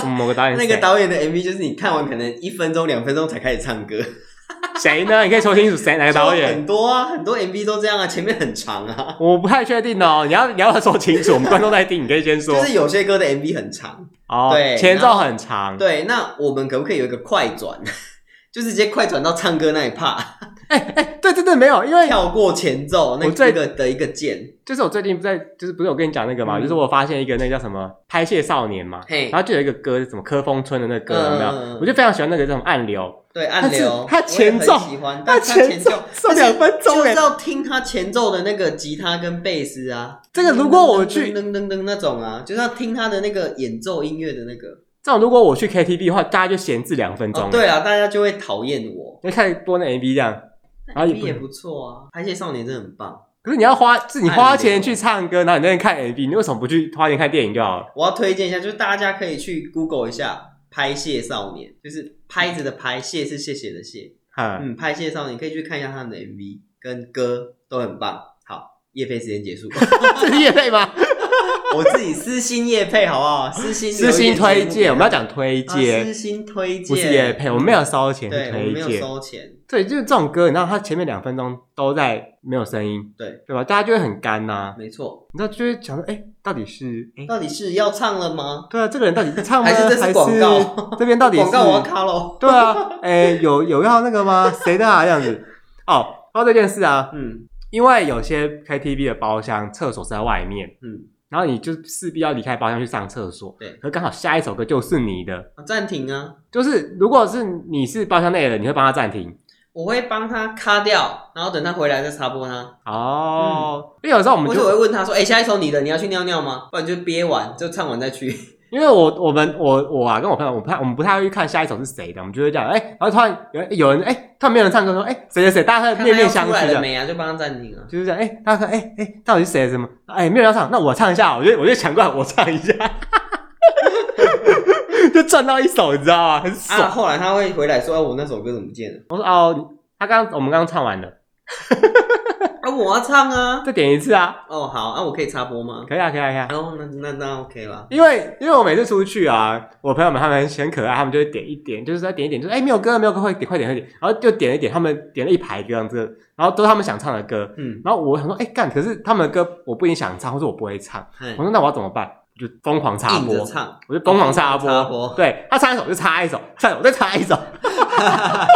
[SPEAKER 2] 什么某个导演谁？
[SPEAKER 1] 那个导演的 MV 就是你看完可能一分钟、两分钟才开始唱歌，
[SPEAKER 2] 谁呢？你可以说清楚谁哪个哎导
[SPEAKER 1] 就
[SPEAKER 2] 演？
[SPEAKER 1] 很多啊，很多 MV 都这样啊，前面很长啊，
[SPEAKER 2] 我不太确定哦，你要你要说清楚，我们观众在听，你可以先说。
[SPEAKER 1] 就是有些歌的 MV 很长。
[SPEAKER 2] 哦，
[SPEAKER 1] 对
[SPEAKER 2] 前
[SPEAKER 1] 然
[SPEAKER 2] 奏
[SPEAKER 1] 后
[SPEAKER 2] 很长。
[SPEAKER 1] 对，那我们可不可以有一个快转， 就是直接快转到唱歌那一 part，
[SPEAKER 2] 哎对对对，没有，因为
[SPEAKER 1] 跳过前奏那
[SPEAKER 2] 我最
[SPEAKER 1] 这个的一个键，
[SPEAKER 2] 就是我最近不在，就是不是我跟你讲那个嘛，
[SPEAKER 1] 嗯
[SPEAKER 2] 就是我发现一个那叫什么《拍戏少年》嘛，
[SPEAKER 1] 嘿
[SPEAKER 2] 然，后就有一个歌，什么柯风村的那个歌，有没
[SPEAKER 1] 嗯
[SPEAKER 2] 有？我就非常喜欢那个这种暗流，
[SPEAKER 1] 对，按
[SPEAKER 2] 是
[SPEAKER 1] 钮，
[SPEAKER 2] 它前奏
[SPEAKER 1] 我也很喜欢，但它前
[SPEAKER 2] 奏
[SPEAKER 1] 奏。
[SPEAKER 2] 这两分
[SPEAKER 1] 就
[SPEAKER 2] 钟
[SPEAKER 1] 是
[SPEAKER 2] 哎，
[SPEAKER 1] 要听他前奏的那个吉他跟贝斯啊，
[SPEAKER 2] 这个如果我去
[SPEAKER 1] 噔噔噔噔那种啊，就是要听他的那个演奏音乐的那个。
[SPEAKER 2] 这种如果我去 KTV 的话，大家就闲置两分
[SPEAKER 1] 哦
[SPEAKER 2] 钟，，
[SPEAKER 1] 对啊，大家就会讨厌我。
[SPEAKER 2] 就看播那 MV 这样。然后也
[SPEAKER 1] MV
[SPEAKER 2] 不
[SPEAKER 1] 也不错啊，拍戏少年真的很棒。
[SPEAKER 2] 可是你要花，是你
[SPEAKER 1] 暗
[SPEAKER 2] 花
[SPEAKER 1] 流
[SPEAKER 2] 钱去唱歌，然后你在那边看 MV，你为什么不去花钱看电影就好了？
[SPEAKER 1] 我要推荐一下，就是大家可以去 Google 一下“拍戏少年”，就是拍子的拍，谢是谢谢的谢。
[SPEAKER 2] 哈，
[SPEAKER 1] 嗯，拍戏少年可以去看一下他们的 MV 跟歌都很棒。好，夜配时间结束，
[SPEAKER 2] 这是夜配吗？
[SPEAKER 1] 我自己私心夜配好不好？私心
[SPEAKER 2] 私心推荐，我们要
[SPEAKER 1] 讲
[SPEAKER 2] 讲推
[SPEAKER 1] 啊私
[SPEAKER 2] 荐，
[SPEAKER 1] 心推荐，
[SPEAKER 2] 不是夜配，我们没有收钱是
[SPEAKER 1] 对，我
[SPEAKER 2] 推
[SPEAKER 1] 们没有
[SPEAKER 2] 荐。
[SPEAKER 1] 收钱。
[SPEAKER 2] 对，就是这种歌，你知道它前面两分钟都在没有声音，
[SPEAKER 1] 对
[SPEAKER 2] 对吧？大家就会很干呐、
[SPEAKER 1] 没错，
[SPEAKER 2] 你知道就会想说，哎、到底是哎、
[SPEAKER 1] 到底是要唱了吗？
[SPEAKER 2] 对啊，这个人到底是唱吗？
[SPEAKER 1] 还是这是广告
[SPEAKER 2] 还是这边到底是
[SPEAKER 1] 广告我要卡喽。
[SPEAKER 2] 对啊，哎、有有要那 个吗？谁的啊？这样子哦。然后这件事啊，
[SPEAKER 1] 嗯
[SPEAKER 2] 因为有些 KTV 的包厢厕所是在外面，
[SPEAKER 1] 嗯，
[SPEAKER 2] 然后你就势必要离开包厢去上厕所。
[SPEAKER 1] 对
[SPEAKER 2] 可刚好下一首歌就是你的，
[SPEAKER 1] 啊暂停啊。
[SPEAKER 2] 就是如果是你是包厢内的人，你会帮他暂停。
[SPEAKER 1] 我会帮他卡掉，然后等他回来再插播他。
[SPEAKER 2] 哦，因为有时候我们
[SPEAKER 1] 或嗯
[SPEAKER 2] 就
[SPEAKER 1] 者我会问他说：“哎、下一首你的，你要去尿尿吗？”不然就憋完，就唱完再去。
[SPEAKER 2] 因为我我们我我啊，跟我朋友，我不太我们不太会去看下一首是谁的，我们就会这样，哎、然后突然有人有人哎、突然没有人唱歌说，哎、谁谁谁，大家
[SPEAKER 1] 看
[SPEAKER 2] 会
[SPEAKER 1] 他
[SPEAKER 2] 面面
[SPEAKER 1] 要
[SPEAKER 2] 相
[SPEAKER 1] 出来
[SPEAKER 2] 觑
[SPEAKER 1] 了
[SPEAKER 2] 的，
[SPEAKER 1] 没啊？就帮他暂停啊。
[SPEAKER 2] 就是这样，哎、大家看，哎、哎、到底是谁的什么，哎、没有人要唱，那我唱一下，我就我就抢过来我唱一下， 就赚到一首，你知道吗？很爽。
[SPEAKER 1] 啊，后来他会回来说：“哎、我那首歌怎么不见了
[SPEAKER 2] 我说哦，他刚我们刚刚唱完了，？”
[SPEAKER 1] 啊，我要唱啊。
[SPEAKER 2] 再点一次啊，
[SPEAKER 1] 哦，好，啊，我可以插播吗？
[SPEAKER 2] 可以啊，可以啊，可以啊。
[SPEAKER 1] 然后那那那 OK 啦。
[SPEAKER 2] 因为因为我每次出去啊，我朋友们他们很可爱，他们就会点一点，就是在点一点，就是哎、没有歌没有歌，快点快点快点，然后就点一点，他们点了一排这样子，然后都是他们想唱的歌，
[SPEAKER 1] 嗯，
[SPEAKER 2] 然后我想说哎干、可是他们的歌我不一定想唱，或者我不会唱，
[SPEAKER 1] 嘿
[SPEAKER 2] 我说那我要怎么办？我就疯狂插
[SPEAKER 1] 硬
[SPEAKER 2] 播
[SPEAKER 1] 着，唱，
[SPEAKER 2] 我就疯狂插
[SPEAKER 1] 疯
[SPEAKER 2] 播，
[SPEAKER 1] 狂哦插播
[SPEAKER 2] 对他插一首就插一首，插一首再插一首，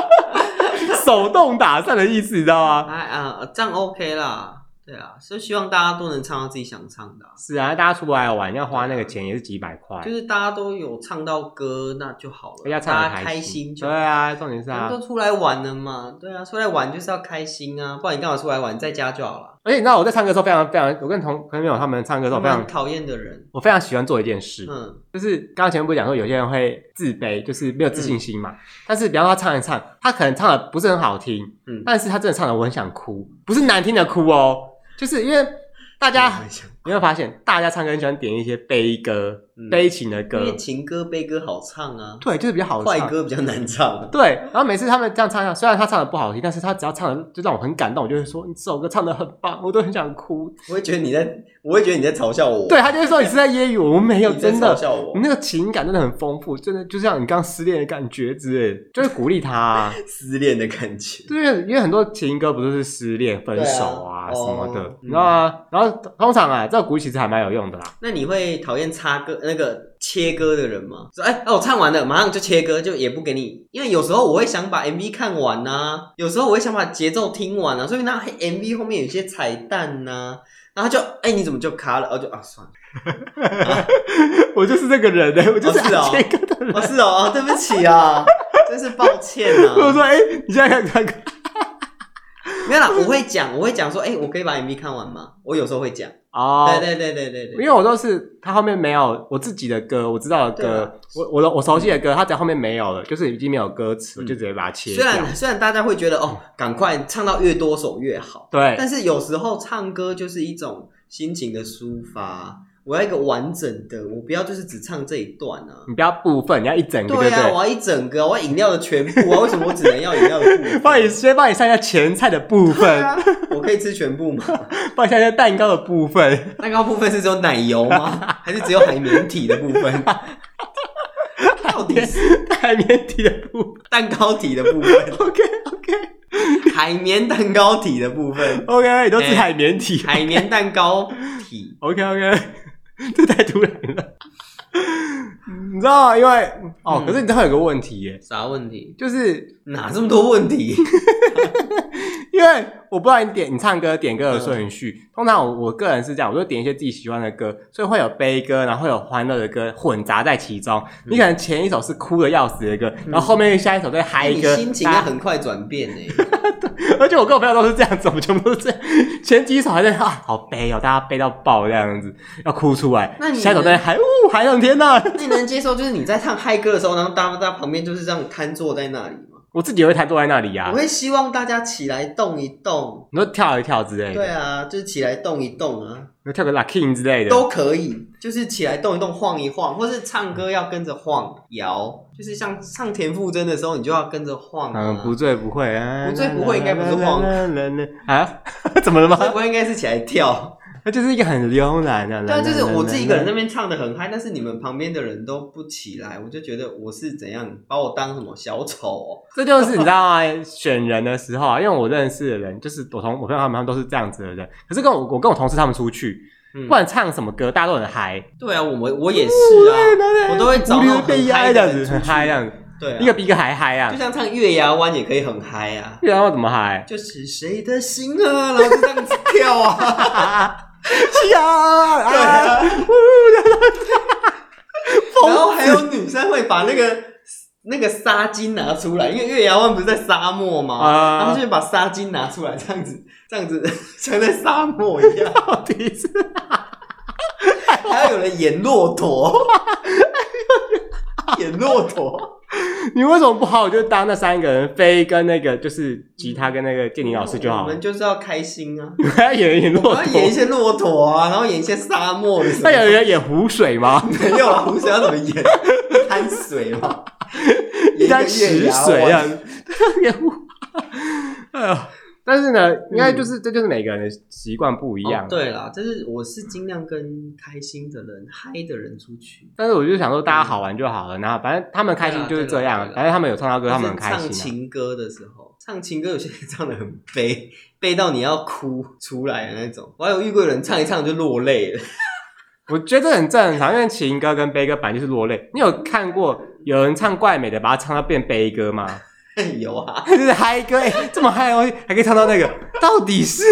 [SPEAKER 2] 手动打散的意思，你知道吗？
[SPEAKER 1] 哎啊，这样 OK 啦。对啊，所以希望大家都能唱到自己想唱的啊、
[SPEAKER 2] 是啊，大家出来玩要花那个钱也是几百块，
[SPEAKER 1] 就是大家都有唱到歌，那就好了。
[SPEAKER 2] 要唱
[SPEAKER 1] 大家
[SPEAKER 2] 得开
[SPEAKER 1] 开心就
[SPEAKER 2] 对啊，重点是啊
[SPEAKER 1] 人，都出来玩了嘛，对啊，出来玩就是要开心啊，不然你干嘛出来玩？在家就好了。
[SPEAKER 2] 而且你知道我在唱歌的时候非常非常，我跟同朋友他们唱歌的时
[SPEAKER 1] 我
[SPEAKER 2] 候非常
[SPEAKER 1] 蛮，讨厌的人，
[SPEAKER 2] 我非常喜欢做一件事，
[SPEAKER 1] 嗯，
[SPEAKER 2] 就是刚刚前面不是讲说有些人会自卑，就是没有自信
[SPEAKER 1] 嗯
[SPEAKER 2] 心嘛。但是比方说他唱一唱，他可能唱的不是很好听，
[SPEAKER 1] 嗯
[SPEAKER 2] 但是他真的唱的我很想哭，不是难听的哭哦，就是因为大
[SPEAKER 1] 嗯
[SPEAKER 2] 家你会发现，大家唱歌很喜欢点一些悲歌、
[SPEAKER 1] 嗯
[SPEAKER 2] 悲情的
[SPEAKER 1] 因
[SPEAKER 2] 歌
[SPEAKER 1] 为，情歌、悲歌好唱啊，
[SPEAKER 2] 对，就是比较好唱
[SPEAKER 1] 快歌比较难唱。啊
[SPEAKER 2] 对，然后每次他们这样唱一唱，虽然他唱的不好听，但是他只要唱的就让我很感动，我就会说你这首歌唱的很棒，我都很想哭。
[SPEAKER 1] 我会觉得你在，我会觉得你在嘲笑我。
[SPEAKER 2] 对，他就会说你是在揶揄我，我没有，
[SPEAKER 1] 你在
[SPEAKER 2] 真
[SPEAKER 1] 嘲
[SPEAKER 2] 的，嗯
[SPEAKER 1] 笑我
[SPEAKER 2] 你，那个情感真的很丰富，真的就像你刚失恋的感觉之类的，就会鼓励 他、啊。
[SPEAKER 1] 失恋的感觉。
[SPEAKER 2] 对，因为很多情歌不就是失恋、分手啊
[SPEAKER 1] 对啊
[SPEAKER 2] 什么的，
[SPEAKER 1] 哦
[SPEAKER 2] 你知道吗？然后通常啊，这个鼓励其实还蛮有用的啦。
[SPEAKER 1] 那你会讨厌插歌那个切歌的人吗？说哎、哦，我唱完了，马上就切歌，就也不给你。因为有时候我会想把 MV 看啊完呐、有时候我会想把节奏听完啊，所以那 MV 后面有一些彩蛋呐、然后他就哎、你怎么就卡了？我就啊算了，
[SPEAKER 2] 我就是这个人哎、我就是
[SPEAKER 1] 哦是哦
[SPEAKER 2] 按这个的人。
[SPEAKER 1] 我、是哦，对不起啊，真是抱歉啊。
[SPEAKER 2] 我说哎、你现在看看看
[SPEAKER 1] 没有啦，我会讲，我会讲说，哎、我可以把 MV 看完吗？我有时候会讲，
[SPEAKER 2] 哦，
[SPEAKER 1] 对对对对对对，
[SPEAKER 2] 因为我都是他后面没有我自己的歌，我知道的
[SPEAKER 1] 对
[SPEAKER 2] 歌
[SPEAKER 1] 啊，
[SPEAKER 2] 我我的我熟悉的歌，他只要后面没有了，就是已经没有歌词，
[SPEAKER 1] 嗯
[SPEAKER 2] 我就直接把它切
[SPEAKER 1] 虽
[SPEAKER 2] 掉。
[SPEAKER 1] 然虽然大家会觉得哦，赶快唱到越多首越好，
[SPEAKER 2] 对，
[SPEAKER 1] 但是有时候唱歌就是一种心情的抒发。我要一个完整的，我不要就是只唱这一段啊。
[SPEAKER 2] 你不要部分，你要一整个，对
[SPEAKER 1] 啊，
[SPEAKER 2] 不
[SPEAKER 1] 我要一整个，我要饮料的全部啊！为什么我只能要饮料的部
[SPEAKER 2] 对？
[SPEAKER 1] 分？
[SPEAKER 2] 帮你先帮你上一下前菜的部
[SPEAKER 1] 对
[SPEAKER 2] 分，
[SPEAKER 1] 啊，我可以吃全部吗？
[SPEAKER 2] 帮你上一下蛋糕的部分。
[SPEAKER 1] 蛋糕部分是只有奶油吗？还是只有海绵体的部 分？到底是
[SPEAKER 2] 海绵体的部分
[SPEAKER 1] 蛋糕体的部分，
[SPEAKER 2] ，OK OK
[SPEAKER 1] 海绵蛋糕体的部分，
[SPEAKER 2] OK，你都
[SPEAKER 1] 哎
[SPEAKER 2] 是海绵体
[SPEAKER 1] 海绵蛋糕体。
[SPEAKER 2] ，OK OK，这 太突然了。 你知道，因为哦，
[SPEAKER 1] 嗯
[SPEAKER 2] 可是你知道有个问题耶，
[SPEAKER 1] 啥问题？
[SPEAKER 2] 就是
[SPEAKER 1] 哪这么多问题？
[SPEAKER 2] 因为我不知道你点你唱歌点歌的顺
[SPEAKER 1] 嗯
[SPEAKER 2] 序，通常我我个人是这样，我就点一些自己喜欢的歌，所以会有悲歌，然后会有欢乐的歌混杂在其中。
[SPEAKER 1] 嗯
[SPEAKER 2] 你可能前一首是哭的要死的歌，然后后面下一首再嗨
[SPEAKER 1] 你
[SPEAKER 2] 歌，啊
[SPEAKER 1] 心情要很快转变欸呢、
[SPEAKER 2] 而且我跟我朋友都是这样子，我们全部都是这样。前几首还在啊好悲哦，大家悲到爆这样子，要哭出来。
[SPEAKER 1] 那你
[SPEAKER 2] 下一首在嗨呜嗨上天呐、
[SPEAKER 1] 那你能接受就是你在唱嗨歌的时候，然后大家旁边就是这样瘫坐在那里吗？
[SPEAKER 2] 我自己也会弹坐在那里
[SPEAKER 1] 我
[SPEAKER 2] 啊，
[SPEAKER 1] 会希望大家起来动一动，
[SPEAKER 2] 你说跳一跳之类
[SPEAKER 1] 对
[SPEAKER 2] 的，
[SPEAKER 1] 啊，就是起来动一动啊，
[SPEAKER 2] 你说跳个 locking 之类的，
[SPEAKER 1] 都可以，就是起来动一动，晃一晃，或是唱歌要跟着晃摇，就是像唱田馥甄的时候，你就要跟着晃啊。
[SPEAKER 2] 嗯，不醉不会啊，
[SPEAKER 1] 不醉不会应该不是晃
[SPEAKER 2] 啊？ 怎么了
[SPEAKER 1] 这
[SPEAKER 2] 吗？
[SPEAKER 1] 不会应该是起来跳，
[SPEAKER 2] 那就是一个很慵懒的。
[SPEAKER 1] 对啊，就是我自己一个人在那边唱的很嗨，但是你们旁边的人都不起来，我就觉得我是怎样把我当什么小丑哦、
[SPEAKER 2] 这就是你知道吗？选人的时候啊，因为我认识的人，就是我同我朋友他们，他们都是这样子的人。可是跟我我跟我同事他们出去，
[SPEAKER 1] 嗯
[SPEAKER 2] 不管唱什么歌，大家都很嗨。
[SPEAKER 1] 对啊，我们我也是啊，我都会找那种
[SPEAKER 2] 被
[SPEAKER 1] 很
[SPEAKER 2] 压
[SPEAKER 1] 嗨
[SPEAKER 2] 这样
[SPEAKER 1] 的
[SPEAKER 2] 子，
[SPEAKER 1] 人出
[SPEAKER 2] 很
[SPEAKER 1] 去
[SPEAKER 2] 嗨这样子，
[SPEAKER 1] 对啊，
[SPEAKER 2] 一个比一个还嗨啊
[SPEAKER 1] 就！像唱《月牙湾》也可以很嗨啊，
[SPEAKER 2] 月亮怎 么嗨？
[SPEAKER 1] 就是谁的心啊，然后就这样子跳啊，对
[SPEAKER 2] 呀！
[SPEAKER 1] 啊，然后还有女生会把那个那个纱巾拿出来，因为月牙湾不是在沙漠嘛，
[SPEAKER 2] 啊
[SPEAKER 1] 然后就把纱巾拿出来，这样子这样子 像在沙漠一样，
[SPEAKER 2] 到 底是
[SPEAKER 1] 还有人演骆 驼，演骆驼，
[SPEAKER 2] 你为什么不好？我就当那三个人，飞跟那个就是吉他跟那个建宁老师就好
[SPEAKER 1] 我
[SPEAKER 2] 了
[SPEAKER 1] 们。就是要开心啊。
[SPEAKER 2] 你还要演演骆
[SPEAKER 1] 我要演一
[SPEAKER 2] 驼？哎
[SPEAKER 1] 些骆驼啊，然后演一些沙漠的什么
[SPEAKER 2] 那。有人演湖水吗？
[SPEAKER 1] 没有啊，我想要怎么演？贪水 嘛，
[SPEAKER 2] 应该
[SPEAKER 1] 演一个月
[SPEAKER 2] 食
[SPEAKER 1] 牙
[SPEAKER 2] 水啊
[SPEAKER 1] 湾！
[SPEAKER 2] 演湖。哎呦！但是呢，应该就是、这就是每个人的习惯不一样、
[SPEAKER 1] 哦。对啦，就是我是尽量跟开心的人、嗨的人出去，
[SPEAKER 2] 但是我就想说，大家好玩就好了，然后反正他们开心就是这样，
[SPEAKER 1] 对啦对啦对啦
[SPEAKER 2] 反正他们有唱到歌，他们
[SPEAKER 1] 就是
[SPEAKER 2] 很开
[SPEAKER 1] 唱
[SPEAKER 2] 心、啊。
[SPEAKER 1] 情歌的时候，唱情歌有些人唱的很悲，悲到你要哭出来的那种。我还有遇过有人唱一唱就落泪了，
[SPEAKER 2] 我觉得很正常，因为情歌跟悲歌本来就是落泪。你有看过有人唱怪美的，把它唱到变悲歌吗？
[SPEAKER 1] 有啊，
[SPEAKER 2] 就是嗨歌，哎、这么嗨的东西还可以唱到那个，到底是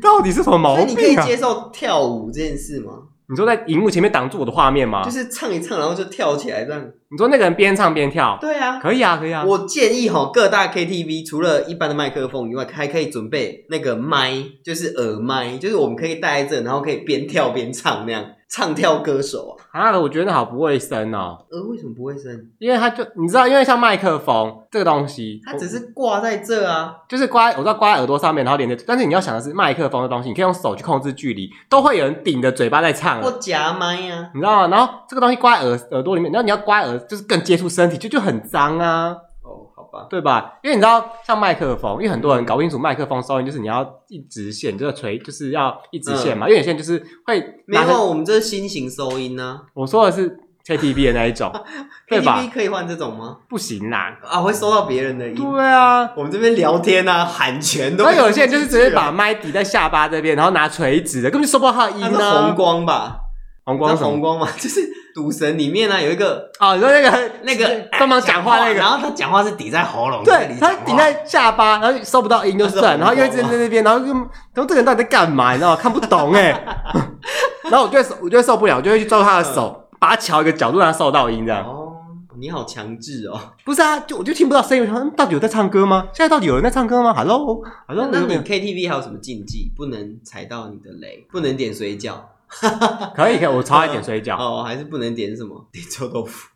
[SPEAKER 2] 到底是什么毛
[SPEAKER 1] 所以
[SPEAKER 2] 病啊？
[SPEAKER 1] 你可以接受跳舞这件事吗？
[SPEAKER 2] 你说在荧幕前面挡住我的画面吗？
[SPEAKER 1] 就是唱一唱，然后就跳起来这样。
[SPEAKER 2] 你说那个人边唱边跳，
[SPEAKER 1] 对啊，
[SPEAKER 2] 可以啊，可以啊。
[SPEAKER 1] 我建议哈，各大 KTV 除了一般的麦克风以外，还可以准备那个麦，就是耳麦，就是我们可以戴在这，然后可以边跳边唱那样，唱跳歌手啊。
[SPEAKER 2] 啊，我觉得那好不卫生哦，
[SPEAKER 1] 呃，为什么不会升？
[SPEAKER 2] 因为它就你知道，因为像麦克风这个东西，
[SPEAKER 1] 它只
[SPEAKER 2] 我
[SPEAKER 1] 是挂在这啊。
[SPEAKER 2] 就是挂在我知道挂在耳朵上面，然后连着，但是你要想的是麦克风的东西，你可以用手去控制距离，都会有人顶着嘴巴在唱
[SPEAKER 1] 或
[SPEAKER 2] 了。
[SPEAKER 1] 夹麦啊。
[SPEAKER 2] 你知道吗？然后这个东西挂在耳耳朵里面，然后你要挂在耳，就是更接触身体，就就很脏啊，
[SPEAKER 1] 哦，好吧，
[SPEAKER 2] 对吧？因为你知道，像麦克风，因为很多人搞不清楚麦克风收音，就是你要一直线，就是垂，就是要一直线嘛。因为有些人就是会
[SPEAKER 1] 嗯没
[SPEAKER 2] 拿着
[SPEAKER 1] 有，我们这是新型收音啊呢、
[SPEAKER 2] 我说的是 KTV 的那一种， 对吧
[SPEAKER 1] ，KTV？可以换这种吗？
[SPEAKER 2] 不行啦。
[SPEAKER 1] 啊，会收到别人的音。
[SPEAKER 2] 对啊，
[SPEAKER 1] 我们这边聊天啊，喊拳都。
[SPEAKER 2] 然后有些人就是直接
[SPEAKER 1] 啊
[SPEAKER 2] 把麦抵在下巴这边，然后拿锤子的，根本就收不到他的音
[SPEAKER 1] 那是
[SPEAKER 2] 啊。
[SPEAKER 1] 红光吧？
[SPEAKER 2] 红
[SPEAKER 1] 那
[SPEAKER 2] 光什
[SPEAKER 1] 红
[SPEAKER 2] 么？
[SPEAKER 1] 光嘛，就是 赌神里面呢、有一个
[SPEAKER 2] 啊，你说那个
[SPEAKER 1] 那个 哎
[SPEAKER 2] 帮忙讲话那个
[SPEAKER 1] 然后他讲话是抵在喉咙这
[SPEAKER 2] 对
[SPEAKER 1] 里讲话，
[SPEAKER 2] 他
[SPEAKER 1] 哦
[SPEAKER 2] 顶在下巴，然后收不到音就算，然后又一直
[SPEAKER 1] 啊
[SPEAKER 2] 在那边，然后就，然后这个人到底在干嘛？你知道吗？看不懂哎、 然后我就会受我就会受不了，我就会去抓住他的手，把他瞧一个角度让他收到音，这样
[SPEAKER 1] 嗯哦，你好强制哦。
[SPEAKER 2] 不是啊？就我就听不到声音，我想嗯到底有在唱歌吗？现在到底有人在唱歌吗？Hello
[SPEAKER 1] 那
[SPEAKER 2] Hello，
[SPEAKER 1] 那你 KTV 还有什么禁忌？不能踩到你的雷，不能点水饺
[SPEAKER 2] 可以可以，我超爱点水饺，
[SPEAKER 1] 哦，还是不能点什么？ 点臭豆腐。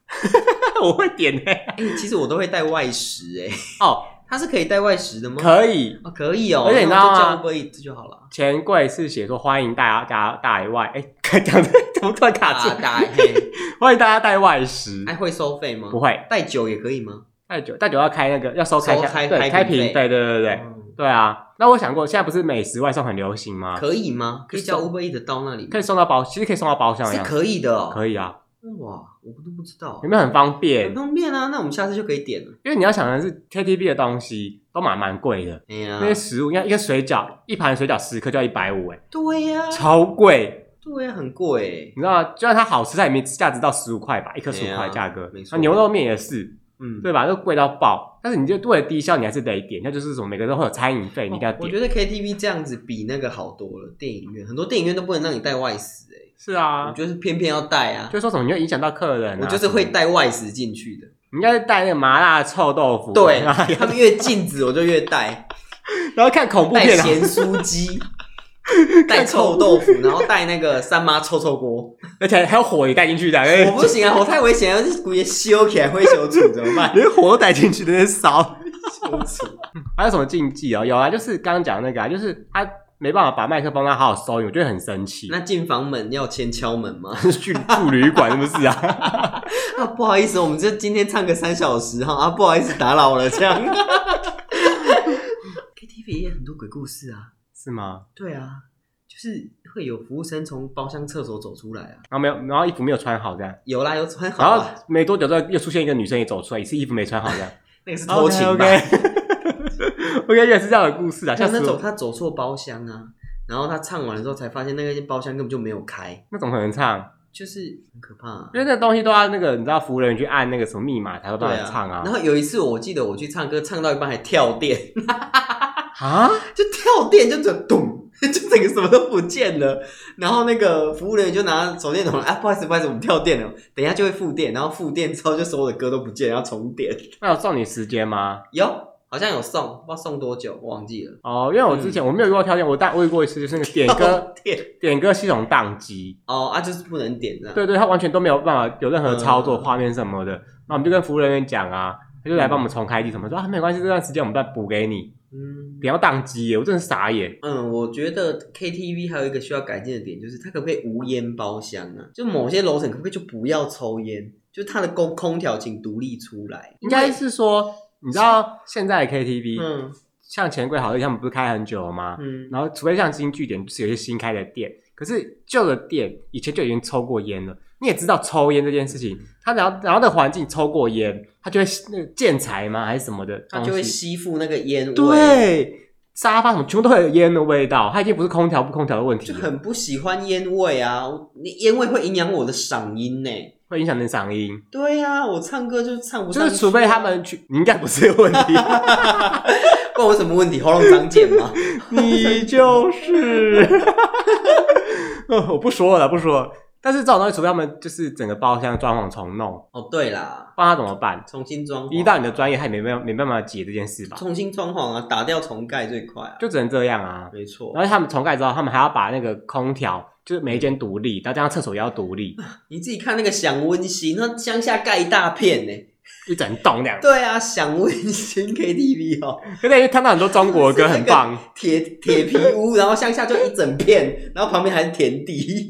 [SPEAKER 2] 我会点哎、
[SPEAKER 1] 欸其实我都会带外食哎、
[SPEAKER 2] 哦，
[SPEAKER 1] 它是可以带外食的吗？
[SPEAKER 2] 可以。
[SPEAKER 1] 哦，可以哦，
[SPEAKER 2] 而且你知
[SPEAKER 1] 那我
[SPEAKER 2] 道啊
[SPEAKER 1] 就
[SPEAKER 2] 吗
[SPEAKER 1] 叫 Uber Eats 就好了。
[SPEAKER 2] 钱柜是写说欢迎大家带外，哎、 讲的怎么突然卡住
[SPEAKER 1] 啊大？大嘿，
[SPEAKER 2] 欢迎大家带外食，
[SPEAKER 1] 哎，会收费吗
[SPEAKER 2] 不？会
[SPEAKER 1] 带酒也可以吗？
[SPEAKER 2] 带酒，带酒要开那个要收开
[SPEAKER 1] 收
[SPEAKER 2] 箱
[SPEAKER 1] 开
[SPEAKER 2] 对
[SPEAKER 1] 开
[SPEAKER 2] 开
[SPEAKER 1] 瓶
[SPEAKER 2] 瓶，
[SPEAKER 1] 费
[SPEAKER 2] 对对对对。
[SPEAKER 1] 嗯
[SPEAKER 2] 对啊，那我想过，现在不是美食外送很流行吗？
[SPEAKER 1] 可以吗？可
[SPEAKER 2] 可
[SPEAKER 1] 以
[SPEAKER 2] 以
[SPEAKER 1] 叫
[SPEAKER 2] 送
[SPEAKER 1] Uber Eats 到那里吗
[SPEAKER 2] 可以送到包，其实可以送到包厢一
[SPEAKER 1] 是
[SPEAKER 2] 样，
[SPEAKER 1] 可以的哦。
[SPEAKER 2] 可以啊，
[SPEAKER 1] 哇，我都不知道
[SPEAKER 2] 有，没有很方便
[SPEAKER 1] 很？方便啊。那我们下次就可以点了。
[SPEAKER 2] 因为你要想的是 KTV 的东西都蛮蛮贵的，
[SPEAKER 1] 哎呀
[SPEAKER 2] 那，些食物，你看一个水饺，一盘水饺十颗就要一百五，哎，
[SPEAKER 1] 对呀，
[SPEAKER 2] 超贵，
[SPEAKER 1] 对呀，很贵欸。
[SPEAKER 2] 你知道吗？就算它好吃，它也没价值到十五块吧，一颗十
[SPEAKER 1] 对
[SPEAKER 2] 五
[SPEAKER 1] 啊
[SPEAKER 2] 块价格
[SPEAKER 1] 没。错
[SPEAKER 2] 那牛肉面也是，
[SPEAKER 1] 嗯，
[SPEAKER 2] 对吧？都贵到爆，但是你就为了低消，你还是得点，那就是什么每个都会有餐饮费，你一定要
[SPEAKER 1] 哦。我
[SPEAKER 2] 点。
[SPEAKER 1] 觉得 KTV 这样子比那个好多了。电影院很多电影院都不能让你带外食哎，
[SPEAKER 2] 是啊
[SPEAKER 1] 我，就是偏偏要带啊。
[SPEAKER 2] 就说什么你会影响到客人啊，
[SPEAKER 1] 我就是会
[SPEAKER 2] 什么的，
[SPEAKER 1] 带外食进去的，
[SPEAKER 2] 你应该是带那个麻辣臭豆腐，
[SPEAKER 1] 对
[SPEAKER 2] 然后
[SPEAKER 1] 他们越禁止我就越带。
[SPEAKER 2] 然后看恐怖
[SPEAKER 1] 带
[SPEAKER 2] 片啊，
[SPEAKER 1] 咸酥 鸡，带臭豆腐，然后带那个三妈臭臭锅。
[SPEAKER 2] 而且还有火也带进去哎的，
[SPEAKER 1] 我不行啊，我太危险了，这骨也修起来会修煮怎么办？
[SPEAKER 2] 连火都带进去，真是 烧。
[SPEAKER 1] 修煮
[SPEAKER 2] 还有什么禁忌啊、有啊，就是刚刚讲的那个啊，就是他没办法把麦克风让他好好收音，我觉得很生气。
[SPEAKER 1] 那进房门要先敲门吗？
[SPEAKER 2] 是去住旅馆是不是啊？
[SPEAKER 1] 啊，不好意思，我们就今天唱个三小时哈啊，不好意思打扰了这样。KTV 也很多鬼故事啊，
[SPEAKER 2] 是吗？
[SPEAKER 1] 对啊，就是会有服务生从包厢厕所走出来啊，
[SPEAKER 2] 然后没有，然后衣服没有穿好这样，
[SPEAKER 1] 有啦，有穿好
[SPEAKER 2] 然后
[SPEAKER 1] 啊，
[SPEAKER 2] 没多久之后又出现一个女生也走出来，也是衣服没穿好这样，
[SPEAKER 1] 那个是偷情吧
[SPEAKER 2] OK，OK 我感觉也是这样的故事啊，像
[SPEAKER 1] 像
[SPEAKER 2] 是
[SPEAKER 1] 那 种他走错包厢啊，然后他唱完了之后才发现那个包厢根本就没有开，
[SPEAKER 2] 那种很能唱，
[SPEAKER 1] 就是很可怕、啊
[SPEAKER 2] 因。为那东西都要那个你知道服务人员去按那个什么密码才会帮
[SPEAKER 1] 对
[SPEAKER 2] 你唱啊
[SPEAKER 1] 然后有一次我记得我去唱歌，唱到一半还跳电，
[SPEAKER 2] 啊！
[SPEAKER 1] 就跳电就整咚， 就整个什么都不见了。然后那个服务人员就拿手电筒，啊，不好意思，不好意思，我们跳电了，等一下就会复电，然后复电之后就所有的歌都不见，然后重点。
[SPEAKER 2] 那有送你时间吗？
[SPEAKER 1] 有，好像有送，不知道送多久，我忘记了。
[SPEAKER 2] 哦，因为我之前我没有遇过跳电，我但我遇过一次，就是那个点歌
[SPEAKER 1] 跳电
[SPEAKER 2] 点歌系统宕机，
[SPEAKER 1] 哦啊，就是不能点这样。
[SPEAKER 2] 对对，他完全都没有办法有任何操作
[SPEAKER 1] 嗯
[SPEAKER 2] 画面什么的，那我们就跟服务人员讲啊，他就来帮我们重开机什么，说啊没关系，这段时间我们再补给你，
[SPEAKER 1] 嗯
[SPEAKER 2] 不要宕机耶，我真的傻眼，
[SPEAKER 1] 嗯，我觉得 KTV 还有一个需要改进的点，就是它可不可以无烟包厢啊？就某些楼层可不可以就不要抽烟？就它的空空调请独立出来，
[SPEAKER 2] 应该
[SPEAKER 1] 因为
[SPEAKER 2] 是说你知道现在的 KTV
[SPEAKER 1] 嗯
[SPEAKER 2] 像钱柜好乐他们不是开很久了吗？
[SPEAKER 1] 嗯
[SPEAKER 2] 然后除非像新据点，就是有些新开的店，可是旧的店以前就已经抽过烟了。你也知道抽烟这件事情，它然后然后的环境抽过烟，它就会那个建材吗还是什么的
[SPEAKER 1] 它
[SPEAKER 2] 东西，
[SPEAKER 1] 就会吸附那个烟味，，
[SPEAKER 2] 对沙发什么全部都会有烟的味道，它已经不是空调不空调的问题
[SPEAKER 1] 就
[SPEAKER 2] 了，
[SPEAKER 1] 很不喜欢烟味啊！我你烟味会影响我的嗓音呢。
[SPEAKER 2] 会影响你的嗓音。
[SPEAKER 1] 对呀、啊，我唱歌就唱不
[SPEAKER 2] 就
[SPEAKER 1] 上去，啊
[SPEAKER 2] 是除非他们去，你应该不是有问题，
[SPEAKER 1] 不然我有什么问题，喉咙长茧吗？
[SPEAKER 2] 你就是， 哦我不说了不说了。但是这种东西，除非他们就是整个包厢装潢重弄，
[SPEAKER 1] 哦，对啦，
[SPEAKER 2] 不然他怎么办？
[SPEAKER 1] 重新装潢，啊
[SPEAKER 2] 依照你的专业，他也没办法没办法解这件事吧？
[SPEAKER 1] 重新装潢啊，打掉重盖最快啊，
[SPEAKER 2] 就只能这样啊。
[SPEAKER 1] 没错。
[SPEAKER 2] 然后他们重盖之后，他们还要把那个空调，就是每一间独立，然后加上厕所也要独立，
[SPEAKER 1] 你自己看那个享温馨，那乡下盖一大片呢。
[SPEAKER 2] 一整栋这样。
[SPEAKER 1] 对啊，享温馨 KTV 哦，
[SPEAKER 2] 可是看到很多中国歌很棒，
[SPEAKER 1] 铁铁皮屋，然后乡下就一整片，然后旁边还是田地，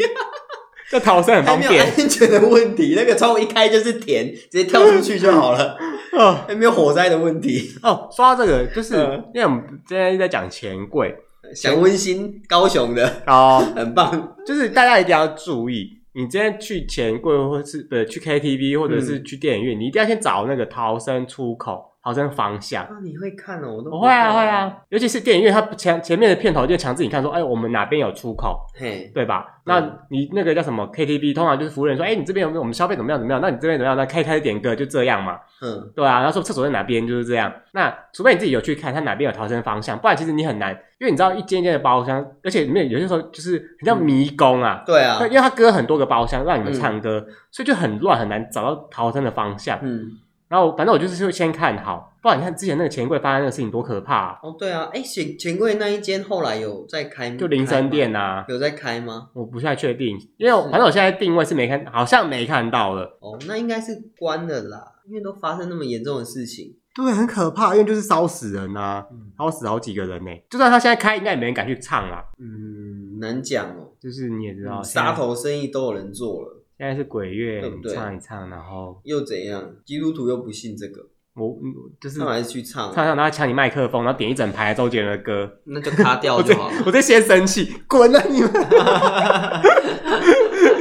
[SPEAKER 2] 这逃生 很
[SPEAKER 1] 还
[SPEAKER 2] 方
[SPEAKER 1] 没有哎
[SPEAKER 2] 便。
[SPEAKER 1] 安全的问题。那个窗户一开就是田，直接跳出去就好了，
[SPEAKER 2] 哦
[SPEAKER 1] 还没有火灾的问 题。
[SPEAKER 2] 哦，说到这个，就是
[SPEAKER 1] 嗯
[SPEAKER 2] 因为我们今天在讲钱柜
[SPEAKER 1] 享温馨，高雄的
[SPEAKER 2] 哦，
[SPEAKER 1] 很棒。
[SPEAKER 2] 就是大家一定要注意，你今天去
[SPEAKER 1] 嗯
[SPEAKER 2] 钱柜或是对去 KTV 或者是去电影院，你一定要先找那个逃生出口。好像方向。
[SPEAKER 1] 啊，你会看哦，我都
[SPEAKER 2] 我
[SPEAKER 1] 不
[SPEAKER 2] 会啊
[SPEAKER 1] 看
[SPEAKER 2] 会，啊，尤其是电影院，它前前面的片头就强制你看说，哎，我们哪边有出口，
[SPEAKER 1] 嘿，
[SPEAKER 2] 对吧？
[SPEAKER 1] 嗯
[SPEAKER 2] 那你那个叫什么 KTV，通常就是服务员说，哎，你这边有没有我们消费怎么样怎么样？那你这边怎么样？那开开点歌就这样嘛，
[SPEAKER 1] 嗯，
[SPEAKER 2] 对啊。然后说厕所在哪边就是这样。那除非你自己有去看它哪边有逃生方向，不然其实你很难，因为你知道一间一间的包厢，而且里面有些时候就是很像迷宫啊。
[SPEAKER 1] 对啊
[SPEAKER 2] 那，因为它隔很多个包厢让你们唱歌，所以就很乱，很难找到逃生的方向。
[SPEAKER 1] 嗯，
[SPEAKER 2] 然后反正我就是会先看好，不然你看之前那个钱柜发生那个事情多可怕、啊，
[SPEAKER 1] 哦，对啊，哎，钱钱柜那一间后来有在开吗，
[SPEAKER 2] 就林森店啊
[SPEAKER 1] 开吗，有在开吗？
[SPEAKER 2] 我不太确定，因为我
[SPEAKER 1] 是
[SPEAKER 2] 反正我现在定位是没看，好像没看到了。
[SPEAKER 1] 哦，那应该是关了啦，因为都发生那么严重的事情，
[SPEAKER 2] 对，很可怕，因为就是烧死人啊，
[SPEAKER 1] 嗯
[SPEAKER 2] 烧死好几个人呢、就算他现在开，应该也没人敢去唱啦。
[SPEAKER 1] 嗯，难讲哦，
[SPEAKER 2] 就是你也知
[SPEAKER 1] 嗯
[SPEAKER 2] 道，啊现在
[SPEAKER 1] 杀头生意都有人做了，
[SPEAKER 2] 现在是鬼月，
[SPEAKER 1] 对不对
[SPEAKER 2] 你唱一唱，然后
[SPEAKER 1] 又怎样？基督徒又不信这个，
[SPEAKER 2] 我嗯就是
[SPEAKER 1] 他们还
[SPEAKER 2] 唱
[SPEAKER 1] 是去唱啊
[SPEAKER 2] 一，唱，然后抢你麦克风，然后点一整排周杰伦的歌。
[SPEAKER 1] 那就卡掉
[SPEAKER 2] 我
[SPEAKER 1] 哦就
[SPEAKER 2] 这
[SPEAKER 1] 好 了。
[SPEAKER 2] 我这先生气，滚啊你们！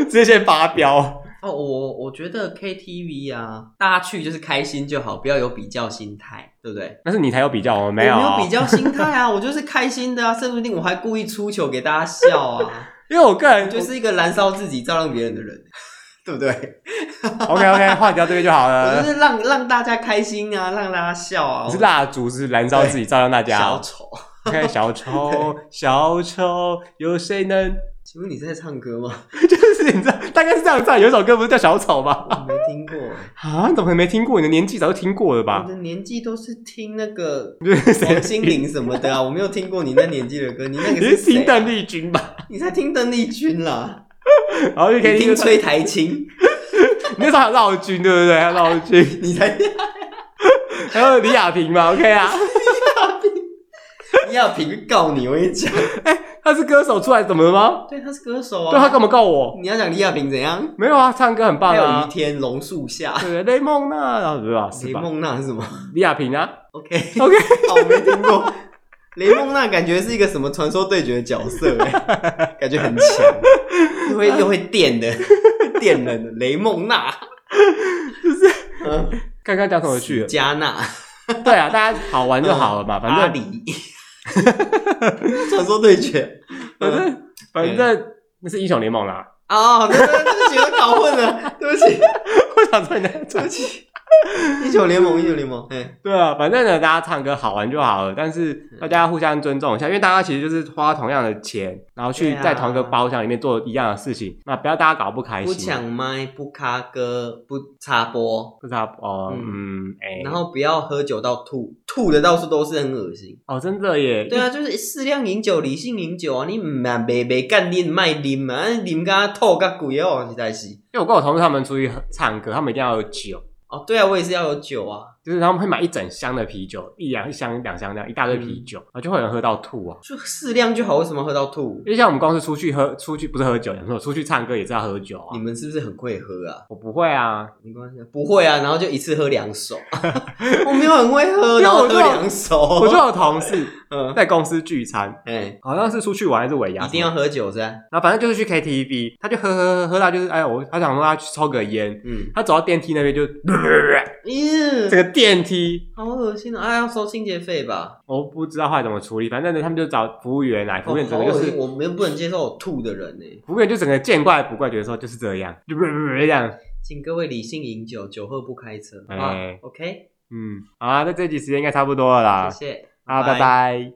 [SPEAKER 2] 直接先发飙。
[SPEAKER 1] 哦，我我觉得 KTV 啊，大家去就是开心就好，不要有比较心态，对不对？
[SPEAKER 2] 但是你才有比较，我们没有，哦
[SPEAKER 1] 我没有比，较心态 啊，我就是开心的啊，说不定我还故意出糗给大家笑啊，
[SPEAKER 2] 因为我个人
[SPEAKER 1] 就
[SPEAKER 2] 就是
[SPEAKER 1] 一个燃烧自己、照亮别人的人， 对不对？
[SPEAKER 2] OK OK，话题到这边就好
[SPEAKER 1] 我就
[SPEAKER 2] 了。
[SPEAKER 1] 是让让大家开心啊，让大家笑啊。
[SPEAKER 2] 你呃是蜡烛，是燃烧自己，照亮大
[SPEAKER 1] 我小
[SPEAKER 2] 家。哦
[SPEAKER 1] 丑，
[SPEAKER 2] OK，小 丑，小丑，有谁能？
[SPEAKER 1] 请问你在唱歌吗？
[SPEAKER 2] 就是你知道，大概是这样啊唱。有一首歌不是叫小丑吗？
[SPEAKER 1] 我没听过，
[SPEAKER 2] 啊，你怎么可能没听过？你的年纪早就听过了
[SPEAKER 1] 我
[SPEAKER 2] 吧？
[SPEAKER 1] 的年纪都是听那个
[SPEAKER 2] 就是谁
[SPEAKER 1] 王？心凌什么的啊，我没有听过你那年纪的歌，你那
[SPEAKER 2] 你
[SPEAKER 1] 个
[SPEAKER 2] 是
[SPEAKER 1] 谁啊
[SPEAKER 2] 听邓丽君吧？
[SPEAKER 1] 你在听邓丽君 啦，
[SPEAKER 2] 然后就
[SPEAKER 1] 你
[SPEAKER 2] 可以
[SPEAKER 1] 听崔台青，
[SPEAKER 2] 你那时候还有绕军，对不对？还有绕军，
[SPEAKER 1] 你才
[SPEAKER 2] 还有李亚平嘛？OK 啊。
[SPEAKER 1] 李亚平告你，我跟你讲，
[SPEAKER 2] 他是歌手出来怎么了吗？
[SPEAKER 1] 对，他是歌手啊，
[SPEAKER 2] 对他干嘛告我？
[SPEAKER 1] 你要讲李亚平怎样？
[SPEAKER 2] 没有啊，唱歌很棒
[SPEAKER 1] 还有
[SPEAKER 2] 啊
[SPEAKER 1] 于。天榕树下，
[SPEAKER 2] 对，雷梦娜，然后对吧？是
[SPEAKER 1] 雷
[SPEAKER 2] 吧？
[SPEAKER 1] 梦娜是什么
[SPEAKER 2] 李亚平啊。
[SPEAKER 1] ？OK，
[SPEAKER 2] OK，
[SPEAKER 1] 好，我没听过。雷梦娜感觉是一个什么传说对决的角色、欸，感觉很强，又会又会电的，电人的雷梦娜，就是嗯
[SPEAKER 2] 刚刚讲什么去了？
[SPEAKER 1] 加纳、
[SPEAKER 2] 对啊，大家好玩就好了嘛，反
[SPEAKER 1] 巴
[SPEAKER 2] 正
[SPEAKER 1] 黎，传说对决，
[SPEAKER 2] 反正反正那是英雄联盟啦。
[SPEAKER 1] 哦，对对对对不起，我搞混了，对不起，
[SPEAKER 2] 我想说你在
[SPEAKER 1] 对
[SPEAKER 2] 唱
[SPEAKER 1] 不。起。英雄联盟，英雄联盟，哎，
[SPEAKER 2] 对啊，反正呢，大家唱歌好玩就好了，但是大家互相尊重一下，因为大家其实就是花同样的钱，然后去
[SPEAKER 1] 对啊
[SPEAKER 2] 在同一个包厢里面做一样的事情，那不要大家搞不开
[SPEAKER 1] 哎不
[SPEAKER 2] 心。
[SPEAKER 1] 抢麦，不卡歌，不插播，
[SPEAKER 2] 不知道哦，嗯，哎、
[SPEAKER 1] 然后不要喝酒到吐，吐的到处都是，很恶心。
[SPEAKER 2] 哦，真的耶，
[SPEAKER 1] 对啊，就是适量饮酒，理性饮酒啊，你唔啊袂袂干啉，卖啉啊，啉甲吐甲鬼哦，实在是。
[SPEAKER 2] 因为我跟我同事他们出去唱歌，他们一定要有酒，
[SPEAKER 1] 哦，对啊，我也是要有酒啊，
[SPEAKER 2] 就是他们会买一整箱的啤酒，一两一箱两箱这样一大堆啤
[SPEAKER 1] 嗯
[SPEAKER 2] 酒，然后就会有人喝到吐啊。
[SPEAKER 1] 就适量就好，为什么要喝到吐
[SPEAKER 2] 因？为像我们公司出去喝，出去不是喝酒，有时候出去唱歌也是要喝酒
[SPEAKER 1] 你
[SPEAKER 2] 啊。
[SPEAKER 1] 们是不是很会喝啊？
[SPEAKER 2] 我不会啊，
[SPEAKER 1] 没关系啊，不会啊，然后就一次喝两手， 我没有很会喝，然后喝两手，
[SPEAKER 2] 我就有同事
[SPEAKER 1] 哦 嗯，
[SPEAKER 2] 在公司聚餐，
[SPEAKER 1] 哎，
[SPEAKER 2] 好像是出去玩还是尾牙，
[SPEAKER 1] 一定要。喝酒噻，
[SPEAKER 2] 然后反正就是去 KTV，他就喝喝喝喝到就是哎呀，我他想说他去抽个烟，
[SPEAKER 1] 嗯，
[SPEAKER 2] 他走到电梯那边就
[SPEAKER 1] 咦、
[SPEAKER 2] 这个电梯。
[SPEAKER 1] 好恶心啊！啊，要收清洁费吧？
[SPEAKER 2] 我不知道后来怎么处理，反正呢，他们就找服务员来，服务员
[SPEAKER 1] 哦好
[SPEAKER 2] 整个就
[SPEAKER 1] 恶
[SPEAKER 2] 是
[SPEAKER 1] 心，我们不能接受我吐的人呢、
[SPEAKER 2] 服务员就整个见怪不怪，觉得说就是这样， 就不不不这样。
[SPEAKER 1] 请各位理性饮酒，酒后不开车，好不好
[SPEAKER 2] 哎
[SPEAKER 1] ？OK，
[SPEAKER 2] 嗯，好啊，那这集时间应该差不多了啦，
[SPEAKER 1] 谢谢，
[SPEAKER 2] 啊，拜拜